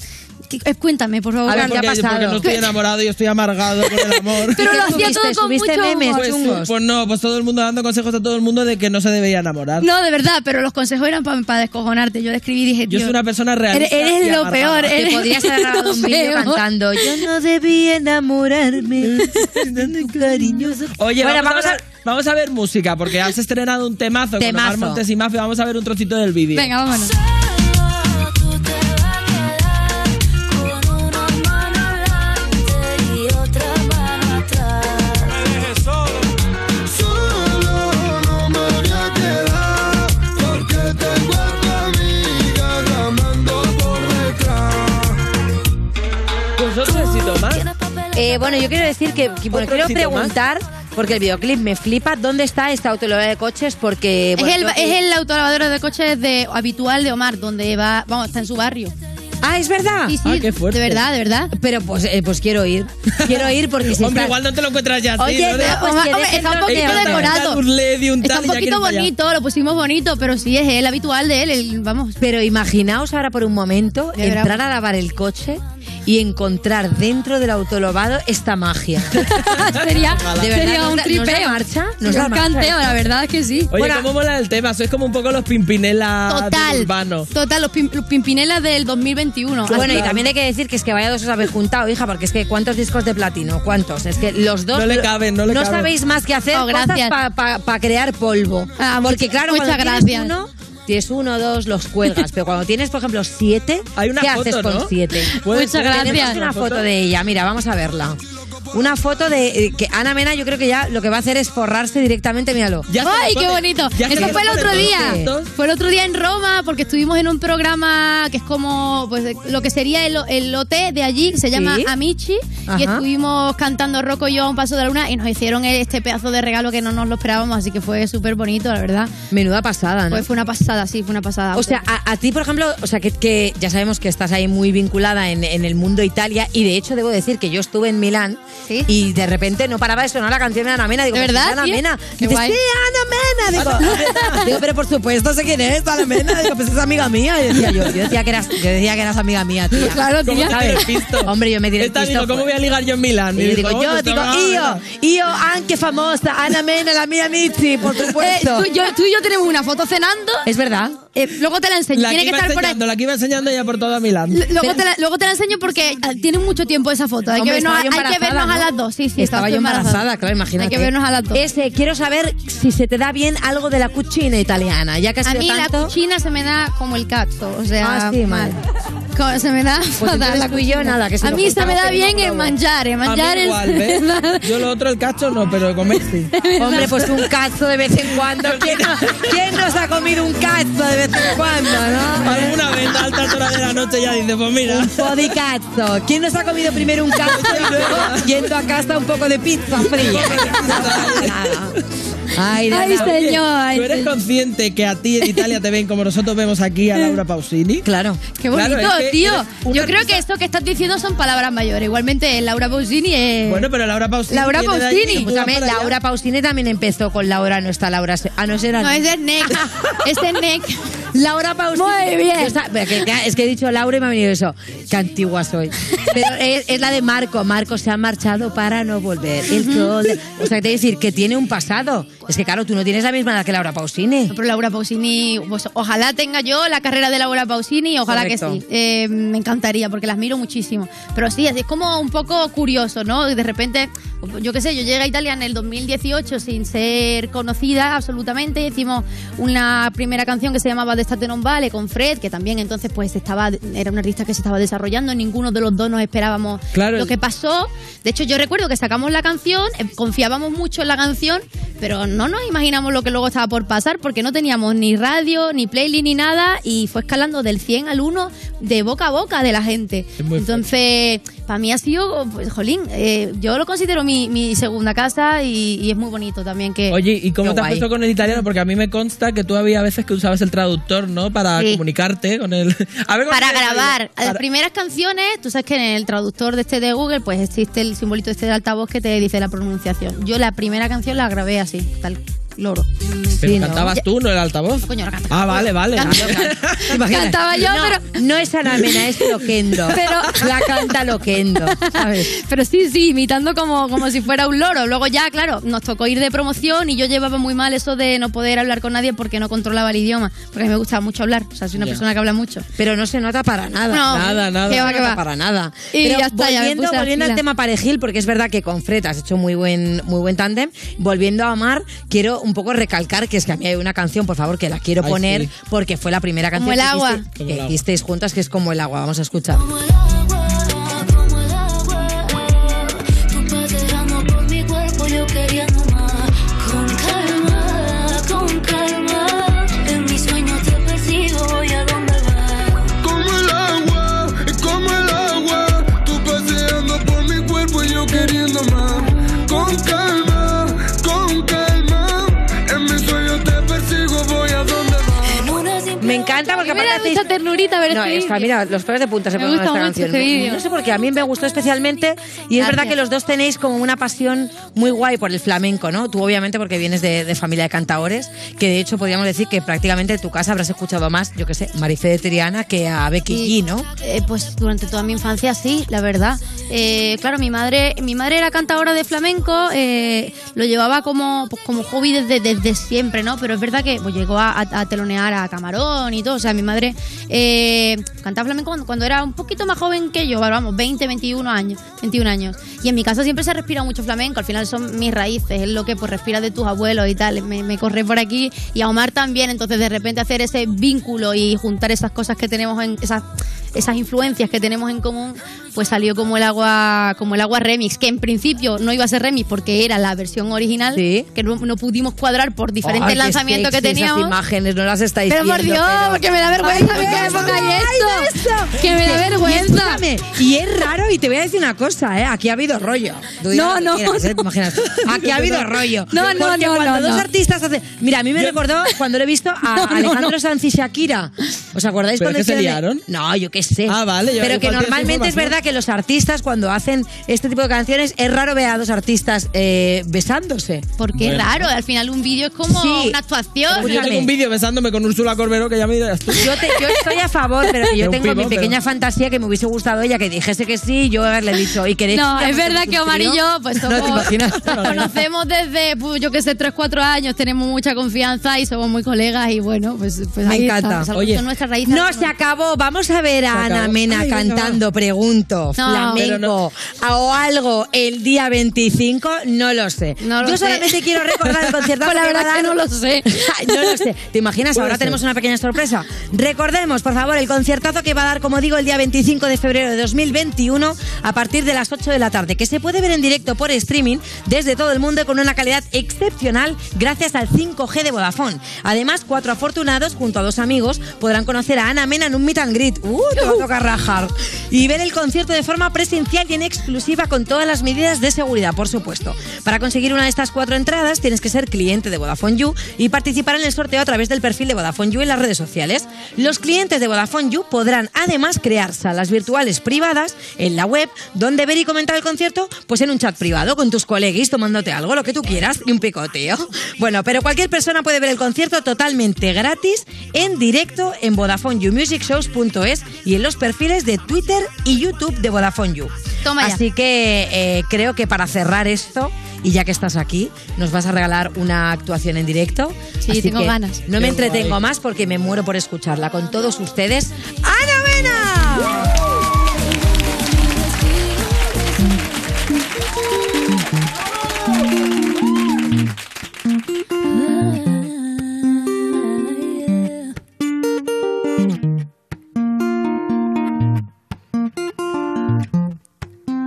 que- eh, cuéntame, por favor. A ver, Carlos. porque, porque no estoy enamorado y estoy amargado con el amor. Pero lo hacía todo con mucho humor. pues, sí, pues no, pues todo el mundo dando consejos a todo el mundo de que no se debería enamorar. No, de verdad, pero los consejos eran para descojonarte. Yo le escribí y dije, Yo tío, soy una persona realista Eres, eres y lo amargada. peor. Te Eres podrías haber grabado lo un vídeo peor. cantando, "Yo no debí enamorarme. cariñoso. Oye, Bueno, vamos, vamos a ver, vamos a ver música, porque has estrenado un temazo, Temazo. con Omar Montes y Mafia. Vamos a ver un trocito del vídeo. Venga, vámonos. Con una mano adelante y otra mano atrás. Me dejes solo. Solo no me voy a quedar. Porque tengo a tu amiga llamando por detrás. Pues otro éxito más. Eh, bueno, yo quiero decir que, que, bueno, quiero éxito más. preguntar, porque el videoclip me flipa, ¿dónde está esta autolavadora de coches? Porque... Es bueno, el, yo- es el autolavadero de coches de, habitual de Omar, donde va, vamos, está en su barrio. Ah, es verdad. Sí, sí, de verdad, de verdad. Pero pues, eh, pues quiero ir. Quiero ir porque si Hombre, está- igual no te lo encuentras ya. así, Oye, ¿no? pero pues Hombre, que hombre, dejen está un los poquito neones. decorado. Un lady, un Está tal, un y ya poquito quieren para allá. bonito, lo pusimos bonito, pero sí es el habitual de él, el- vamos. Pero imaginaos ahora por un momento Ya verás. entrar a lavar el coche y encontrar dentro del autolavado esta magia. sería, De verdad, sería nos un da- nos da tripeo. marcha, nos Sería da un marcha. canteo, la verdad es que sí. Oye, Bueno, ¿cómo mola el tema? Sois como un poco los pimpinela Total. del urbano. Total, los, pim- los pimpinelas del 2021. Bueno, y también hay que decir que es que vaya dos os habéis juntado, hija, porque es que ¿cuántos discos de platino? ¿Cuántos? Es que los dos... No le caben, no le caben. sabéis más que hacer Oh, gracias. para crear polvo. Ah, porque muchas- claro, muchas cuando gracias. tienes uno... Tienes uno, dos, los cuelgas. Pero cuando tienes, por ejemplo, siete, Hay una ¿qué foto, haces con ¿no? siete? Puede Muchas ser. Tenemos gracias. una foto de ella. Mira, vamos a verla. una foto de eh, que Ana Mena yo creo que ya lo que va a hacer es forrarse directamente, míralo. ¡Ay, qué bonito! Eso fue el otro día. Fue el otro día en Roma, porque estuvimos en un programa que es como pues, lo que sería el, el OT de allí, que se llama Sí. Amici, Ajá. y estuvimos cantando Rocco y yo a un paso de la luna y nos hicieron este pedazo de regalo que no nos lo esperábamos, así que fue súper bonito, la verdad. Menuda pasada, ¿no? Pues fue una pasada, sí, fue una pasada. O sea, a, a ti, por ejemplo, o sea, que, que ya sabemos que estás ahí muy vinculada en, en el mundo Italia y de hecho debo decir que yo estuve en Milán y de repente no paraba de sonar la canción de Ana Mena. Digo, ¿De "Pues verdad, es Ana tío? Mena. Qué Dice, guay. "Sí, Ana Mena. Digo, "Ah, digo, pero por supuesto sé quién es, Ana Mena. Digo, pues es amiga mía. Y decía yo, yo decía que eras, yo decía que eras amiga mía, Pues tía. Claro, ¿Cómo tía. te despisto? Hombre, yo me tiré el Esta dijo, pisto, ¿cómo voy a ligar yo en Milán? y Y yo dijo, digo, "Oh, yo pues digo, Ana Mena". io, io anche famosa, Ana Mena, la mía Michi, por Eh, supuesto. tú, yo- tú y yo tenemos una foto cenando. Es verdad. Eh, luego te la enseño. La que, Tiene que iba estar por ahí. enseñando, la que iba enseñando ya por toda Milán. L- Luego te, la, luego te la enseño porque ah, tiene mucho tiempo esa foto. Hay, Hombre, que, vernos, hay estaba yo que embarazada, vernos a ¿no? las dos. Sí, sí, estabas Estaba tú yo embarazada, claro, imagínate. Hay que vernos a las dos. Este, quiero saber si se te da bien algo de la cucina italiana, ya que has a sido mí tanto... la cuchina se me da como el cacto. O sea, Ah, sí, mal. Pues Co- Se me da fatal entonces la tú y yo cuchina. nada, que si a lo mí se me contamos da tenemos bien el todo. manjar. El A manjar mí es- igual, ¿ves? Yo lo otro, el cacho, no, pero el comer sí. Hombre, pues un cazo de vez en cuando. ¿Quién, quién nos ha comido un cazo de vez en cuando, no? Alguna vez a altas horas de la noche ya dice, pues mira. Podicazzo. ¿Quién nos ha comido primero un cazo y luego yendo a casa un poco de pizza fría? Ay, de Oye, nada. ¿Tú eres consciente que a ti en Italia te ven como nosotros vemos aquí a Laura Pausini? Claro. Qué bonito, tío. Yo creo que esto que estás diciendo son palabras mayores. Igualmente, Laura Pausini Eh, es. Bueno, pero Laura Pausini. Laura viene de allí, Pausini. tú vas Escúchame, para allá. Laura Pausini también empezó con Laura, no está Laura. Se- Ah, no, será. No, es de Neck. es de Neck. Laura Pausini. Muy bien. Yo esta- pero que- que- es que he dicho Laura y me ha venido eso. Qué antigua soy. Pero es, es la de Marco. Marco se ha marchado para no volver. El sol de- O sea, que te voy a decir que tiene un pasado. Es que claro, tú no tienes la misma edad que Laura Pausini. Pero Laura Pausini, pues, ojalá tenga yo la carrera de Laura Pausini, ojalá que Correcto. sí. Eh, me encantaría, porque las miro muchísimo. Pero sí, es es como un poco curioso, ¿no? De repente, yo qué sé, yo llegué a Italia en el 2018 sin ser conocida absolutamente. Hicimos una primera canción que se llamaba Destate non vale con Fred, que también entonces pues estaba, era un artista que se estaba desarrollando, ninguno de los dos nos esperábamos Claro. lo que pasó. De hecho, yo recuerdo que sacamos la canción, eh, confiábamos mucho en la canción, pero no nos imaginamos lo que luego estaba por pasar porque no teníamos ni radio, ni playlist, ni nada y fue escalando del 100 al 1 de boca a boca de la gente. muy Entonces, para mí ha sido, pues, jolín, eh, yo lo considero mi, mi segunda casa y, y es muy bonito también que... Oye, ¿y cómo Qué te has eh, guay. puesto con el italiano? Porque a mí me consta que tú había veces que usabas el traductor, ¿no? Para Sí. comunicarte con el. A ver, ¿cómo para te ha ido? grabar. A Las Para- primeras canciones, tú sabes que en el traductor de este de Google, pues existe el simbolito este de altavoz que te dice la pronunciación. Yo la primera canción la grabé así, tal loro. Pero Sí, ¿no? cantabas Ya- tú, no el altavoz. Coño, no canta. Ah, vale, vale. Imagínate. Cantaba yo, no, pero- No es Ana Mena, es Loquendo. Pero- La canta Loquendo, ¿sabes? Pero sí, sí, imitando como, como si fuera un loro. Luego ya, claro, nos tocó ir de promoción y yo llevaba muy mal eso de no poder hablar con nadie porque no controlaba el idioma. Porque a mí me gusta mucho hablar. O sea, soy una Ya. persona que habla mucho. Pero no se nota para nada. No, nada, nada. que va, que no se nota va. para nada. Y Pero ya está, ya me volviendo, puse las volviendo al pilas. tema parejil, porque es verdad que con Fred has hecho muy buen, muy buen tándem. Volviendo a Amar, quiero un poco recalcar que es que a mí hay una canción, por favor, que la quiero Ay, poner sí. porque fue la primera Como canción el que, agua. hiciste- Como que el agua. hicisteis juntas, que es como el agua. Vamos a escuchar. Tú paseando por mi cuerpo, yo queriendo más. Con calma, con calma. En mis sueños te persigo, voy a donde vas. Como el agua, es como el agua. Tú paseando por mi cuerpo y yo queriendo más. Con calma, con calma. En mis sueños te persigo, voy a donde vas. En una Me encanta porque me da aparte mucha ternurita ver no, este es que, vídeo. mira, los pelos de punta se Me ponen gusta con esta mucho canción. este vídeo. No sé por qué, a mí me gustó especialmente y es Gracias. verdad que los dos tenéis como una pasión muy guay por el flamenco, ¿no? Tú obviamente porque vienes de, de familia de cantaores, que de hecho podríamos decir que prácticamente en tu casa habrás escuchado más, yo qué sé, Marifé de Triana que a Becky Y, G, ¿no? eh, pues durante toda mi infancia sí, la verdad. Eh, claro, mi madre, mi madre era cantadora de flamenco, eh, lo llevaba como, pues, como hobby desde, desde siempre, ¿no? Pero es verdad que pues, llegó a, a- a telonear a Camarón y todo. O sea, mi madre eh, cantaba flamenco cuando, cuando era un poquito más joven que yo, vamos, 20, 21 años, 21 años. Y en mi casa siempre se respira mucho flamenco, al final son mis raíces, es lo que pues respiras de tus abuelos y tal. Me, me corre por aquí y a Omar también, entonces de repente hacer ese vínculo y juntar esas cosas que tenemos en esas esas influencias que tenemos en común, pues salió como el agua, como el agua remix, que en principio no iba a ser remix porque era la versión original, que no, no pudimos cuadrar por diferentes Ay, qué lanzamientos que sexy teníamos. Esas imágenes no las estáis Pero por viendo, Dios, pero- porque me da vergüenza Ay, que me vergüenza, pongáis ay, esto. Que me da Y- y vergüenza. escúchame, Y es raro, y te voy a decir una cosa, ¿eh? Aquí ha habido rollo. Tú dirás No, lo que no, quieras, ¿eh? Te imaginas. Aquí ha habido rollo. No, no, Porque no, cuando no, no. dos artistas hacen. Mira, a mí me recordó cuando lo he visto a No, no, Alejandro no. Sanz y Shakira. ¿Os acordáis ¿Pero cuando que se hicieron el- liaron? No, yo qué sé. Ah, vale. yo- Pero que igual tienes normalmente es información. verdad que los artistas cuando hacen este tipo de canciones es raro ver a dos artistas eh, besándose. Porque Bueno. es raro, al final un vídeo es como Sí. una actuación. Pues yo tengo un vídeo besándome con Úrsula Corberó que ya me dirás tú. Yo, te- yo estoy a favor, pero que De yo un tengo pivo, mi pequeña fantasía que me hubiese gustado ella que dijese que sí y yo haberle dicho y queréis. No, que es verdad que Omar y suscribo? yo, pues somos, No te imaginas. nos conocemos desde, pues, yo qué sé, 3, 4 años, tenemos mucha confianza y somos muy colegas y bueno, pues, pues Me ahí está, encanta. pues, algo- son nuestras raíces. no se acabó. Vamos a ver Se a Ana acabó. Mena Ay, venga, cantando, pregunto, No. flamenco Pero a- o algo el día 25, no lo sé. No lo yo sé. solamente quiero recordar el concierto. Pues la verdad que no lo sé. no lo sé. ¿Te imaginas? Puede Ahora ser. tenemos una pequeña sorpresa. Recordemos, por favor, el conciertazo que va a dar, como digo, el día 25 de febrero de 2021 a partir de las 8 de la tarde, que se puede ver en directo por streaming desde todo el mundo con una calidad excepcional gracias al 5G de Vodafone. Además, cuatro afortunados junto a dos amigos podrán conocer a Ana Mena en un meet and greet. ¡Uh, te va a tocar rajar! Y ver el concierto de forma presencial y en exclusiva con todas las medidas de seguridad, por supuesto. Para conseguir una de estas cuatro entradas tienes que ser cliente de Vodafone You y participar en el sorteo a través del perfil de Vodafone You en las redes sociales. Los clientes de Vodafone You podrán además crear salas virtuales privadas en la web donde ver y comentar el concierto pues en un chat privado con tus coleguis tomándote algo, lo que tú quieras y un picoteo. Bueno, pero cualquier persona puede ver el concierto totalmente gratis en directo en VodafoneYouMusicShows.es y en los perfiles de Twitter y YouTube de Vodafone You. Toma ya. Así que eh, creo que para cerrar esto, y ya que estás aquí, nos vas a regalar una actuación en directo. Sí, Así tengo que ganas. No me Qué entretengo guay. más porque me muero por escucharla con todos ustedes. ¡Ana Mena!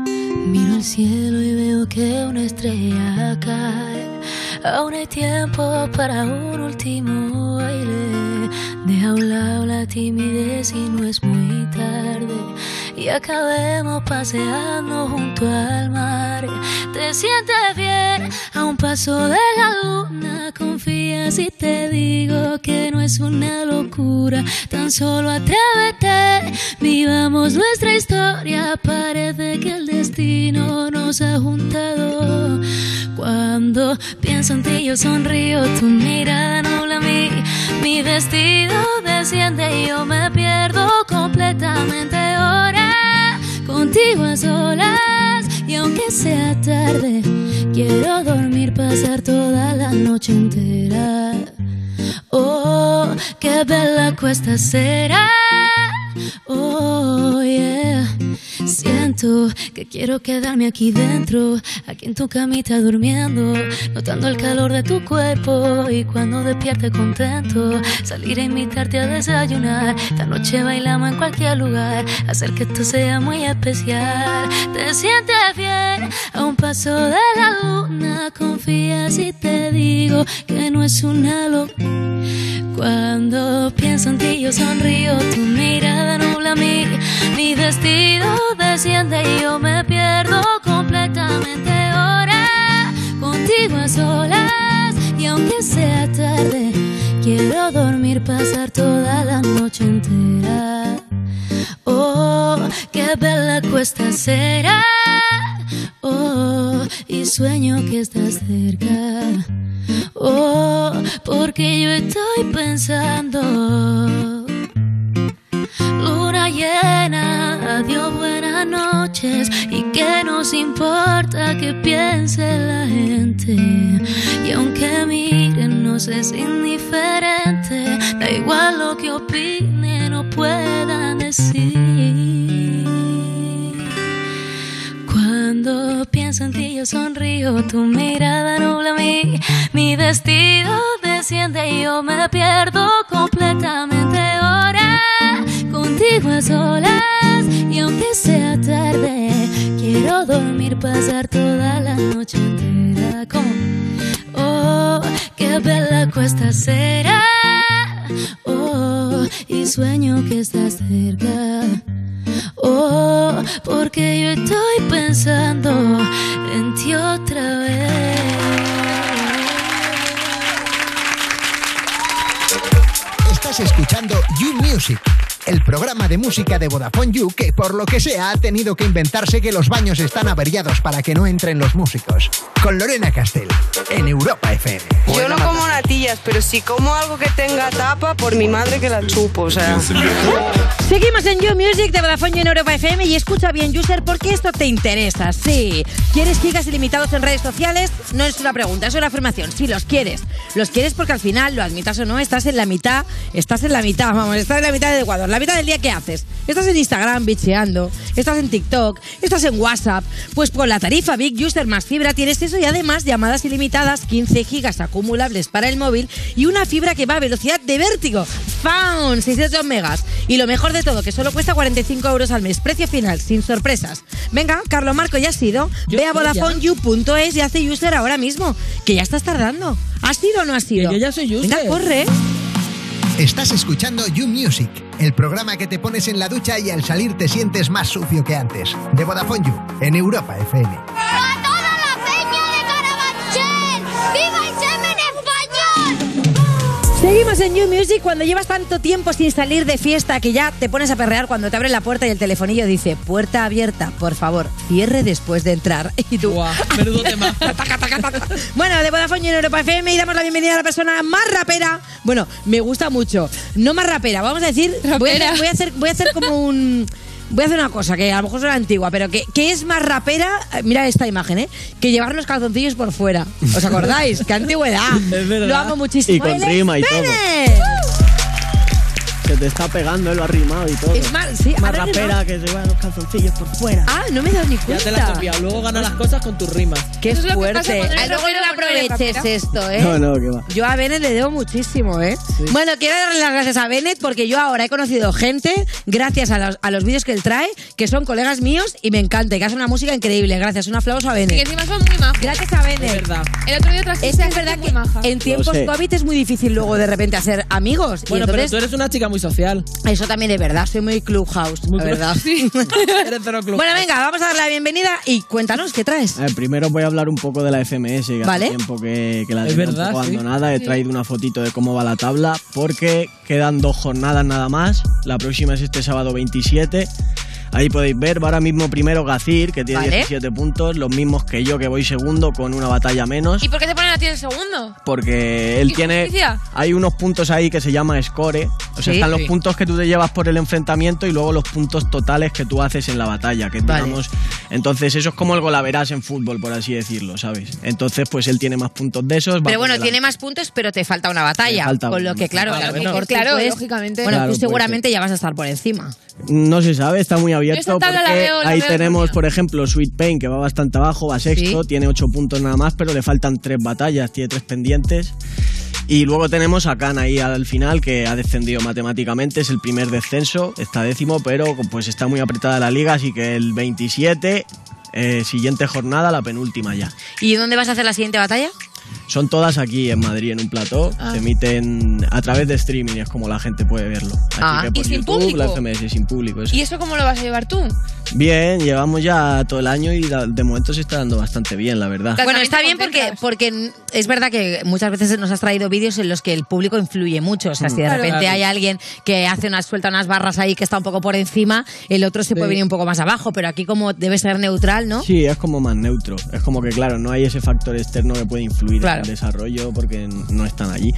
Miro al cielo y veo que una estrella cae. Aún hay tiempo para un último baile. Deja a un lado la timidez y no es muy tarde. Y acabemos paseando junto al mar. Te sientes bien a un paso de la luna. Confía si te digo que no es una locura. Tan solo atrévete. Vivamos nuestra historia. Parece que el destino nos ha juntado. Cuando pienso en ti, yo sonrío. Tu mirada nubla mí. Mi vestido desciende y yo me pierdo completamente ahora. Contigo a solas. Y aunque sea tarde, quiero dormir, pasar toda la noche entera. Oh, qué bella cuesta será. Oh, yeah. Siento que quiero quedarme aquí dentro, aquí en tu camita durmiendo, notando el calor de tu cuerpo y cuando despierte contento, salir a invitarte a desayunar. Esta noche bailamos en cualquier lugar, hacer que esto sea muy especial. Te sientes bien a un paso de la luna, confía si te digo que no es una locura. Cuando pienso en ti yo sonrío, tu mirada nubla mi, mi vestido desciende y yo me pierdo completamente ahora contigo a solas y aunque sea tarde quiero dormir, pasar toda la noche entera. Oh, qué bella cuesta será. Oh, y sueño que estás cerca. Oh, porque yo estoy pensando. Luna llena, adiós, buenas noches. Y que nos importa que piense la gente. Y aunque miren, nos es indiferente. Da igual lo que opinen o puedan decir. Cuando pienso en ti yo sonrío, tu mirada nubla mi, mi vestido desciende y yo me pierdo completamente ahora. Contigo contigo a solas y aunque sea tarde quiero dormir pasar toda la noche entera como oh qué bella cuesta será oh y sueño que estás cerca oh porque yo estoy pensando en ti otra vez Estás escuchando You Music, el programa de música de Vodafone You que por lo que sea ha tenido que inventarse que los baños están averiados para que no entren los músicos. Con Lorena Castell, en Europa FM. Yo no como natillas, pero si como algo que tenga tapa, por mi madre que la chupo, o sea. Seguimos en You Music de Vodafone You en Europa FM y escucha bien, user, porque esto te interesa. Sí. ¿Quieres gigas ilimitados en redes sociales? No es una pregunta, es una afirmación. Sí, los quieres. Los quieres porque al final, lo admitas o no, estás en la mitad, estás en la mitad, vamos, estás en la mitad del Ecuador. La mitad del día, ¿qué haces? Estás en Instagram bicheando, estás en TikTok, estás en WhatsApp. Pues con la tarifa Big User más fibra tienes eso y además llamadas ilimitadas, 15 gigas acumulables para el móvil y una fibra que va a velocidad de vértigo. ¡Found! 600 megas. Y lo mejor de todo, que solo cuesta 45 euros al mes. Precio final, sin sorpresas. Venga, Carlo Marco, ya has sido. Ve a sí, ya. VodafoneYou.es y hace user ahora mismo, que ya estás tardando. ¿Has sido o no has sido? Yo ya soy user. Venga, corre. Estás escuchando You Music, el programa que te pones en la ducha y al salir te sientes más sucio que antes. De Vodafone You, en Europa FM. ¡A toda la peña de Carabanchel! ¡Viva el semen español! Seguimos en New Music cuando llevas tanto tiempo sin salir de fiesta que ya te pones a perrear cuando te abre la puerta y el telefonillo dice puerta abierta, por favor, cierre después de entrar. Y tú, Menudo tema. Bueno, de Vodafone You en Europa FM y damos la bienvenida a la persona más rapera. Bueno, me gusta mucho. No más rapera, vamos a decir. Voy a, hacer- voy a hacer, voy a hacer como un. Voy a hacer una cosa que a lo mejor suena antigua, pero que, que es más rapera, eh, mira esta imagen, ¿eh? Que llevar los calzoncillos por fuera. ¿Os acordáis? ¡Qué antigüedad! Es verdad. Lo amo muchísimo. Y con ¡Él es rima y todo. Pérez! Se te está pegando, él lo ha rimado y todo. Es más, sí, más ahora rapera rimado. que se llevan los calzoncillos por fuera. Ah, no me he dado ni Ya cuenta. te la has copiado. Luego ganas las cosas con tus rimas. Qué Eso es lo que pasa fuerte. cuando eres Ay, Luego rapero no cuando eres aproveches rapera. esto, ¿eh? No, no, que va. Yo a Bennett le debo muchísimo, ¿eh? Bueno, quiero darle las gracias a Bennett porque yo ahora he conocido gente, gracias a los, a los vídeos que él trae, que son colegas míos y me encanta, y que hace una música increíble. Gracias, un aplauso a Y Bennett. encima son muy majos. Gracias a Bennett. El otro día trajiste es verdad que maja. En tiempos sé. COVID es muy difícil luego de repente hacer amigos. Bueno, y pero entonces, tú eres una chica muy social. Eso también es verdad, soy muy clubhouse, la verdad. eres cero club. Bueno, venga, vamos a dar la bienvenida y cuéntanos qué traes. A ver, primero voy a hablar un poco de la FMS, que Vale. hace tiempo que, que la Es tengo un verdad, poco sí. abandonada. He Sí. traído una fotito de cómo va la tabla, porque quedan dos jornadas nada más. La próxima es este sábado 27. Ahí podéis ver, va ahora mismo primero Gacir, que tiene Vale. 17 puntos, los mismos que yo, que voy segundo, con una batalla menos. ¿Y por qué te ponen a ti el segundo? Eh, Porque él ¿Y tiene. justicia? Hay unos puntos ahí que se llama score. O sea, Sí. están los Sí. puntos que tú te llevas por el enfrentamiento y luego los puntos totales que tú haces en la batalla. Que Vale. digamos. Entonces, eso es como el golaveras en fútbol, por así decirlo, ¿sabes? Entonces, pues él tiene más puntos de esos. va Pero por bueno, delante. tiene más puntos, pero te falta una batalla. Me falta con una, lo que, me claro, falta a lo una. mejor tú Claro, puedes- lógicamente. Bueno, Claro, tú puede seguramente ya vas a estar por encima. No se sabe, está muy Yo abierto. esta tabla la porque veo, la ahí veo tenemos, por ejemplo, Sweet Pain, que va bastante abajo, va sexto, Sí. tiene ocho puntos nada más, pero le faltan tres batallas, tiene tres pendientes. Y luego tenemos a Khan ahí al final, que ha descendido matemáticamente, es el primer descenso, está décimo, pero pues está muy apretada la liga, así que el 27, eh, siguiente jornada, la penúltima ya. ¿Y dónde vas a hacer la siguiente batalla? Son todas aquí en Madrid, en un plató, Ah. se emiten a través de streaming, es como la gente puede verlo. Así Ah, que por ¿y sin YouTube, la público? FMS, sin público. eso. ¿Y eso cómo lo vas a llevar tú? Bien, llevamos ya todo el año y da- de momento se está dando bastante bien, la verdad. Bueno, está bien porque, porque es verdad que muchas veces nos has traído vídeos en los que el público influye mucho. O sea, si de Claro. repente Claro. hay alguien que hace unas suelta unas barras ahí que está un poco por encima, el otro se puede Sí. venir un poco más abajo, pero aquí como debe ser neutral, ¿no? Sí, es como más neutro. Es como que, claro, no hay ese factor externo que puede influir Claro. en el desarrollo porque n- no están allí.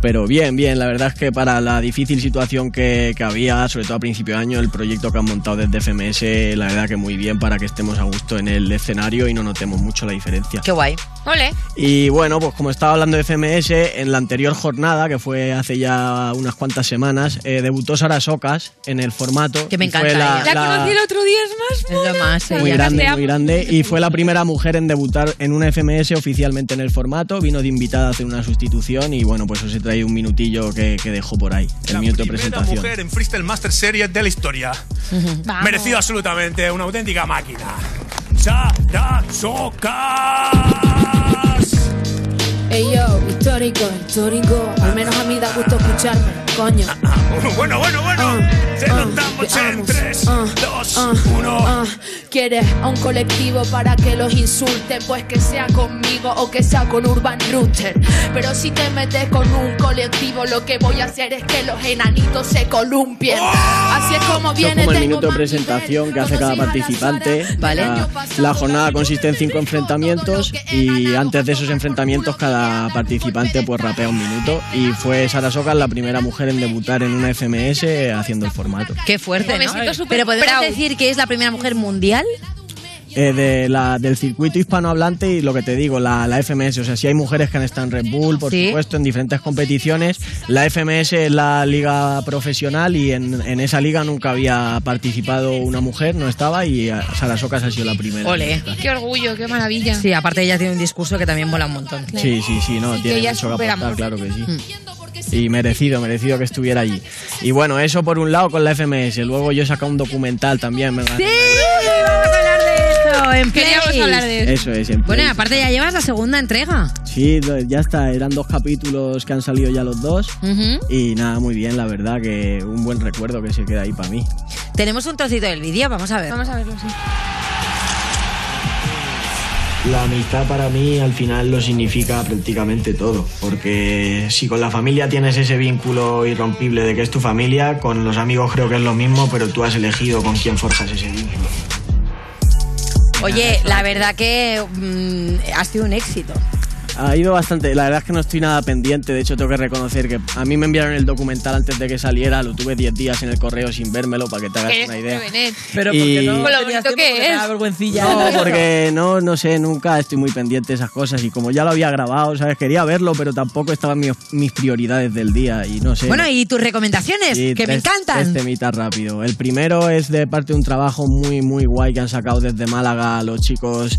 Pero bien, bien, la verdad es que para la difícil situación que, que había, sobre todo a principio de año, el proyecto que han montado desde FMS, la verdad que muy bien para que estemos a gusto en el escenario y no notemos mucho la diferencia. Qué guay. Ole. Y bueno, pues como estaba hablando de FMS, en la anterior jornada, que fue hace ya unas cuantas semanas, eh, debutó Sara Socas en el formato. Que me y fue encanta ¿eh? La, conocí el otro día, es más ¿eh? Es lo más, muy ella. grande, muy grande. Y fue la primera mujer en debutar en una FMS oficialmente en el formato. vino de invitada a hacer una sustitución y bueno, pues os he traído un minutillo que, que dejó por ahí, el minuto de Primera presentación. mujer en Freestyle Master Series de la historia. Merecido absolutamente, una auténtica máquina. Sara Socas. Ey yo, histórico, histórico. Al menos a mí da gusto escucharme, coño. Bueno, bueno, bueno. Se nos damos en 3, 2, 1. Ah, Quieres a un colectivo para que los insulten, pues que sea conmigo o que sea con Urban Rooster. Pero si te metes con un colectivo, lo que voy a hacer es que los enanitos se columpien. Así es como Esto es viene como el tengo minuto de presentación que hace cada participante. Vale. La, la jornada consiste en cinco enfrentamientos y antes de esos enfrentamientos cada participante pues rapea un minuto. Y fue Sara Socas la primera mujer en debutar en una FMS haciendo el formato. Qué fuerte, Me ¿no? siento súper Pero podemos proud. decir que es la primera mujer mundial. Eh, de la, del circuito hispanohablante y lo que te digo, la, la FMS. O sea, si hay mujeres que han estado en Red Bull, por Sí. supuesto, en diferentes competiciones. La FMS es la liga profesional y en, en esa liga nunca había participado una mujer, no estaba, y eh, Sara Socas ha sido la primera. Ole. Qué orgullo, qué maravilla. Sí, aparte ella tiene un discurso que también mola un montón. Sí, sí, sí, no, que tiene ella es mucho que súper aportar, amor. claro que sí. Y merecido, merecido que estuviera allí. Y bueno, eso por un lado con la FMS. Luego yo he sacado un documental también. me gané. vamos a hablar de eso. En Queríamos Place. hablar de Eso es, en Bueno, y Play. aparte ya llevas la segunda entrega. Sí, do- ya está. Eran dos capítulos que han salido ya los dos. Y nada, muy bien, la verdad que un buen recuerdo que se queda ahí para mí. Tenemos un trocito del vídeo, vamos a ver. Vamos a verlo, sí. La amistad para mí al final lo significa prácticamente todo, porque si con la familia tienes ese vínculo irrompible de que es tu familia, con los amigos creo que es lo mismo, pero tú has elegido con quién forjas ese vínculo. Oye, la verdad que mm, ha sido un éxito. Ha ido bastante, la verdad es que no estoy nada pendiente, de hecho tengo que reconocer que a mí me enviaron el documental antes de que saliera, lo tuve 10 días en el correo sin vérmelo para que te hagas Eres una muy idea. Benet. Pero Y- porque no Con lo tenías bonito tiempo, que porque te es. daba vergüencilla. No, porque no, no sé, nunca estoy muy pendiente de esas cosas y como ya lo había grabado, ¿sabes? Quería verlo, pero tampoco estaban mis, mis prioridades del día y no sé. Bueno, y tus recomendaciones, Sí, que me tres- Tres encantan. temitas rápido. El primero es de parte de un trabajo muy, muy guay que han sacado desde Málaga los chicos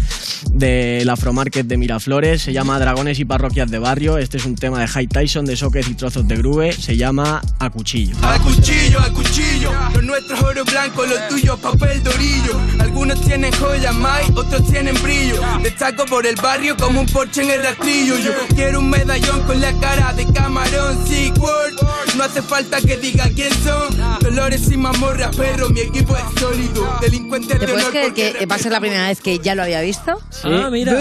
del Afromarket de Miraflores. Se llama Dragones y Parroquias de Barrio. Este es un tema de High Tyson, de Soques y Trozos de Groove. Se llama A Cuchillo. A cuchillo, a cuchillo. Lo nuestro es oro blanco, lo tuyo es papel dorillo. Algunos tienen joyas más, otros tienen brillo. Destaco por el barrio como un porche en el rastrillo. Yo quiero un medallón con la cara de camarón. Sí, World. No hace falta que diga quién son. Dolores y mamorras, perro, mi equipo es sólido. Delincuentes ¿Te de puedes honor creer porque que va a ser la primera vez que ya lo había visto? Sí. Ah, mira.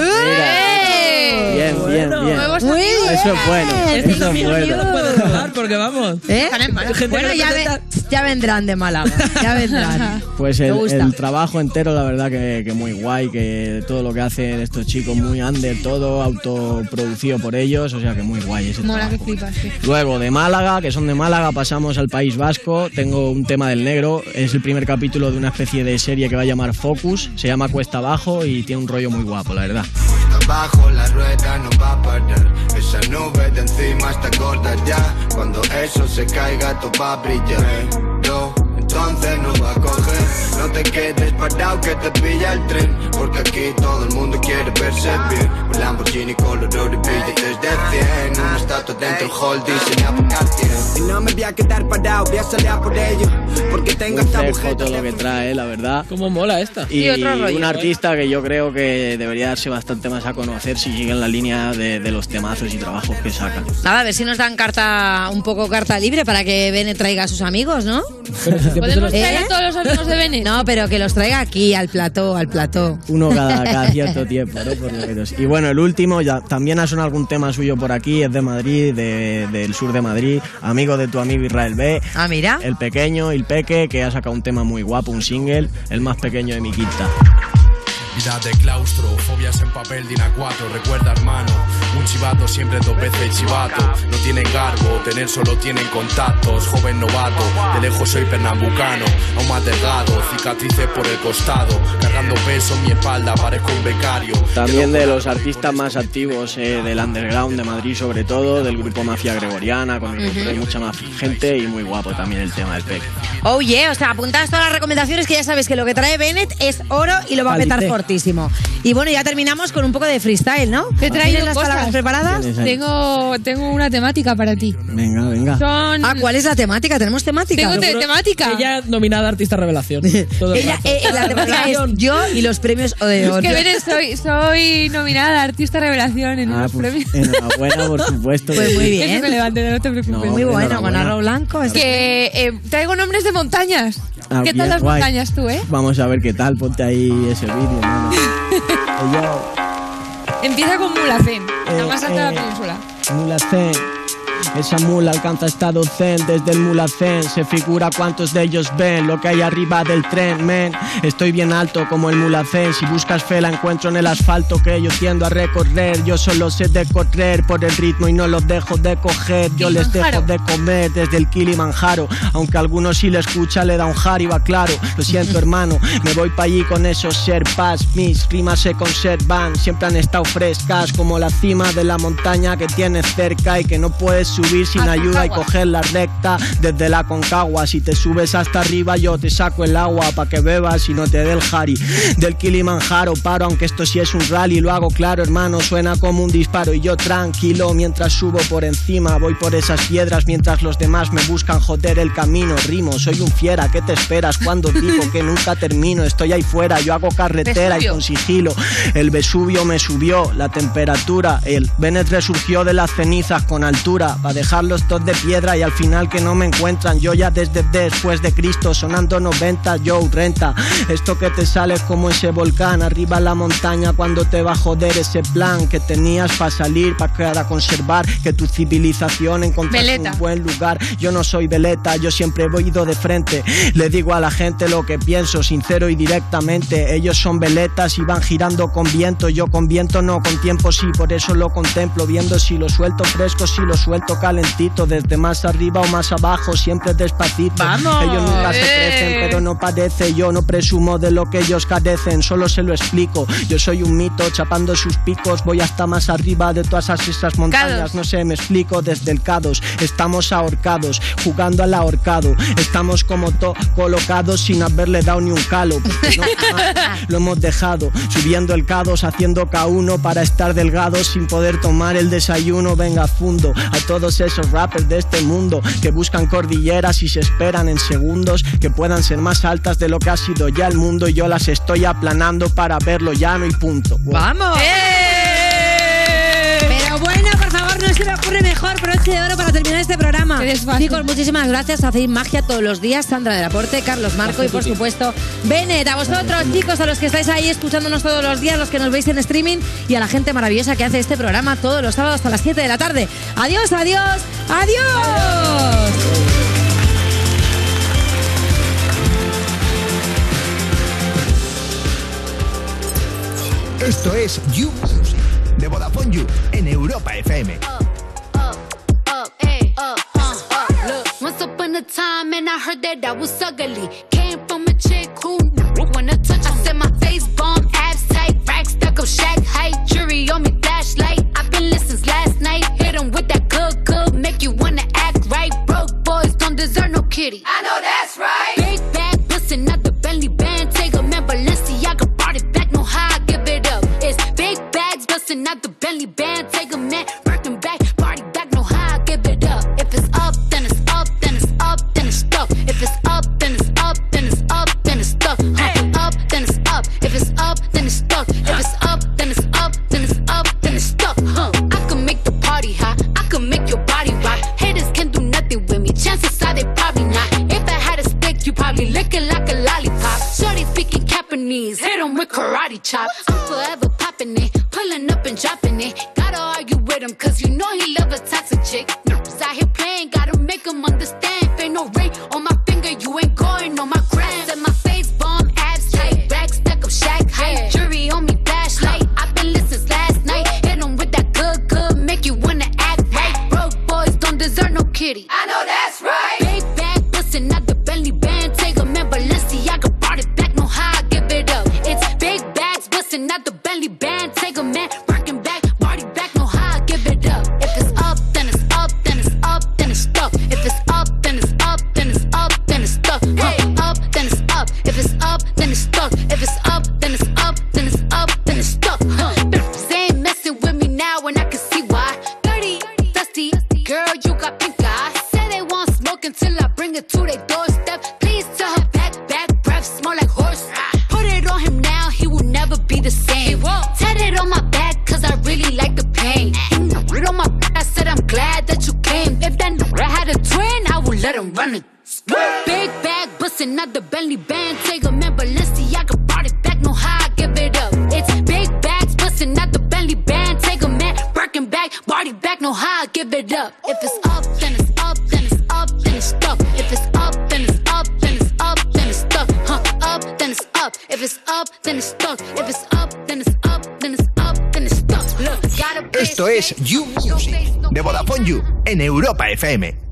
Bien, bien, bien. Nuevos Eso amigos. es bueno. Este Eso es bueno. Puedes dudar, porque vamos. ¿Eh? Gente Bueno, que ya, ve- ya vendrán de Málaga. Ya vendrán. Pues Me el, gusta. el trabajo entero, la verdad que, que muy guay, que todo lo que hacen estos chicos, muy under, todo autoproducido por ellos, o sea que muy guay ese Mola que trabajo. flipas, sí. Luego de Málaga, que son de Málaga, pasamos al País Vasco. Tengo un tema del negro, es el primer capítulo de una especie de serie que va a llamar Focus, se llama Cuesta Abajo y tiene un rollo muy guapo, la verdad. Bajo la rueda no va a parar Esa nube de encima está gorda ya Cuando eso se caiga todo va a brillar No, entonces no va a coger No te quedes parado que te pilla el tren Porque aquí todo el mundo quiere verse bien Un Lamborghini color oro y billetes de 100 Una estatua dentro del hall diseñada por Cartier Y no me voy a quedar parado, voy a salir a por ello. Porque tengo Muy esta fresco mujer. todo lo que trae, la verdad. Cómo mola esta. Y ¿eh? un artista que yo creo que debería darse bastante más a conocer si sigue en la línea de, de los temazos y trabajos que sacan. Nada, a ver si nos dan carta, un poco carta libre para que Bene traiga a sus amigos, ¿no? ¿Podemos traer a todos los amigos de Bene? ¿Eh? No, pero que los traiga aquí, al plató, al plató. Uno cada, cada cierto tiempo, ¿no? Por lo menos. Y bueno, el último, ya, también ha sonado algún tema suyo por aquí, es de Madrid, de- del sur de Madrid, amigo de tu amigo Israel B. Ah, mira. El pequeño, el peque, que ha sacado un tema muy guapo, un single, el más pequeño de mi quinta. Vida de claustro, fobias en papel de 4 recuerda hermano, un chivato siempre dos veces chivato, no tienen cargo, tener solo tienen contactos, joven novato, de lejos soy pernambucano, aún más delgado, cicatrices por el costado, cargando peso en mi espalda, parezco un becario, También de los artistas más activos eh, del underground de Madrid, sobre todo, del grupo Mafia Gregoriana, con el que hay mucha más gente y muy guapo también el tema del peque. Oye, Oh, o sea, apuntadas todas las recomendaciones que ya sabes que lo que trae Bennett es oro y lo va a petar Palité. fortísimo. Y bueno, ya terminamos. vamos con un poco de freestyle, ¿no? Te he traído ¿Tienes las cosas. palabras preparadas? Tienes ahí. Tengo, tengo una temática para ti. Venga, venga. Son- Ah, ¿cuál es la temática? ¿Tenemos temática? Tengo te- temática. Ella nominada artista revelación. Todo el Ella- rato. eh, eh, la temática es yo y los premios Es Odeón. que veres, soy, soy nominada artista revelación en Ah, unos pues, premios. enhorabuena, por supuesto. Pues muy bien. Es irrelevante, no te preocupes. No, Muy bueno, enhorabuena. con arroz blanco. Que eh, traigo nombres de montañas. Ah, ¿Qué bien, tal las guay. montañas tú, eh? Vamos a ver qué tal, ponte ahí ese vídeo. ¿no? Ella- Empieza con Mulacén, la Eh, más alta de eh. la península. Mulacén. Esa mula alcanza estado zen desde el mulacén. Se figura cuántos de ellos ven lo que hay arriba del tren, men. Estoy bien alto como el mulacén. Si buscas fe, la encuentro en el asfalto que yo tiendo a recorrer. Yo solo sé de correr por el ritmo y no los dejo de coger. Yo les dejo de comer desde el Kilimanjaro. Aunque a algunos si le escucha le da un jariba, claro. Lo siento, hermano. Me voy pa' allí con esos serpas. Mis rimas se conservan. Siempre han estado frescas como la cima de la montaña que tienes cerca y que no puedes subir sin ayuda y coger la recta desde la concagua. Si te subes hasta arriba, yo te saco el agua pa' que bebas y no te dé el jari. Del Kilimanjaro paro, aunque esto sí es un rally, lo hago claro, hermano. Suena como un disparo y yo tranquilo mientras subo por encima. Voy por esas piedras mientras los demás me buscan joder el camino. Rimo, soy un fiera, ¿qué te esperas cuando digo que nunca termino? Estoy ahí fuera, yo hago carretera y Vesubio. con sigilo. El Vesubio me subió la temperatura. El Venet resurgió de las cenizas con altura. Para dejarlos todos de piedra y al final que no me encuentran. Yo ya desde después de Cristo sonando 90, yo renta. Esto que te sale es como ese volcán arriba la montaña cuando te va a joder ese plan que tenías para salir, para conservar que tu civilización encontrase Veleta. un buen lugar. Yo no soy veleta, yo siempre he ido de frente. Le digo a la gente lo que pienso, sincero y directamente. Ellos son veletas y van girando con viento. Yo con viento no, con tiempo sí, por eso lo contemplo. Viendo si lo suelto fresco, si lo suelto calentito. Desde más arriba o más abajo, siempre despacito. Ellos nunca se crecen, pero no padece. Yo no presumo de lo que ellos carecen, solo se lo explico. Yo soy un mito, chapando sus picos. Voy hasta más arriba de todas esas- esas montañas. Cados. No sé, me explico desde el cados. Estamos ahorcados, jugando al ahorcado. Estamos como to colocados sin haberle dado ni un calo. porque no jamás lo hemos dejado. Subiendo el cados, haciendo K1 para estar delgados sin poder tomar el desayuno. Venga, fundo a todos esos rappers de este mundo que buscan cordilleras y se esperan en segundos que puedan ser más altas de lo que ha sido ya el mundo. Y yo las estoy aplanando para verlo llano y punto. ¡Vamos! Pero bueno, por favor, no se me ocurre mejor broche de oro para terminar este programa. Chicos, muchísimas gracias. Hacéis magia todos los días. Sandra del Aporte, Carlos Marco y, por supuesto, Benet. A vosotros, chicos, a los que estáis ahí escuchándonos todos los días, los que nos veis en streaming y a la gente maravillosa que hace este programa todos los sábados a las 7 de la tarde. Adiós, adiós, adiós. Esto es You de Vodafone You en Europa FM. up, ay, up, uh, uh, look. Once upon a time, and I heard that I was ugly. Came from a chick who wanna touch. I said my face bomb, abs tight, rack stuck up, shack height, jury on me, flashlight. I've been listening since last night. Hit 'em with that good, good, make you wanna act right. Broke boys don't deserve no kitty. I know that's right. Big bag, pussy, not the Bentley band. Take a man, Balenciaga brought it back. No how I give it up. It's big bags, busting out the Bentley band. Take a man, working back, party back. No how I give it up. If it's up, then it's up, then it's up, then it's stuck. If it's up, then it's up, then it's up, then it's stuck. Huh. Up, then it's up. If it's up, then it's stuck. If it's up, then it's up, then it's up, then it's stuck. Huh. I can make the party hot. I can make your body rock. Haters can do nothing with me. Chances are they probably not. If I had a stick, you probably licking like a lollipop. Shorty speaking Japanese, hit 'em with karate chops. I'm forever popping it, pulling up and dropping it. Gotta argue with him, cause you know he love a toxic chick. Nerds out here playing, gotta make him understand. If ain't no ring on my finger, you ain't going on my gram. Set my face bomb, abs tight, rack stuck up, shack height. Jury on me, flashlight. I've been listening since last night. Hit 'em with that good, good, make you wanna act right. Broke boys don't deserve no kitty. I know that's right. Big bag, listen, not the Bentley band. Take a man, Balenciaga brought it back, no how I give it up. It's big bags, bustin' out the Bentley band. Take a man, working back, party back, no how I give it up. If it's up, then it's up, then it's up, then it's stuck. If it's up, then it's up, then it's up, then it's stuck. Hey. Up, then it's up. If it's up, then it's stuck. If it's up, then it's up, then it's up, then it's stuck. Huh. up. If it's up, then it's stuck. If it's up, then it's up, then it's up, then it's stuck. Look, gotta be Esto es You Music de Vodafone You en Europa FM.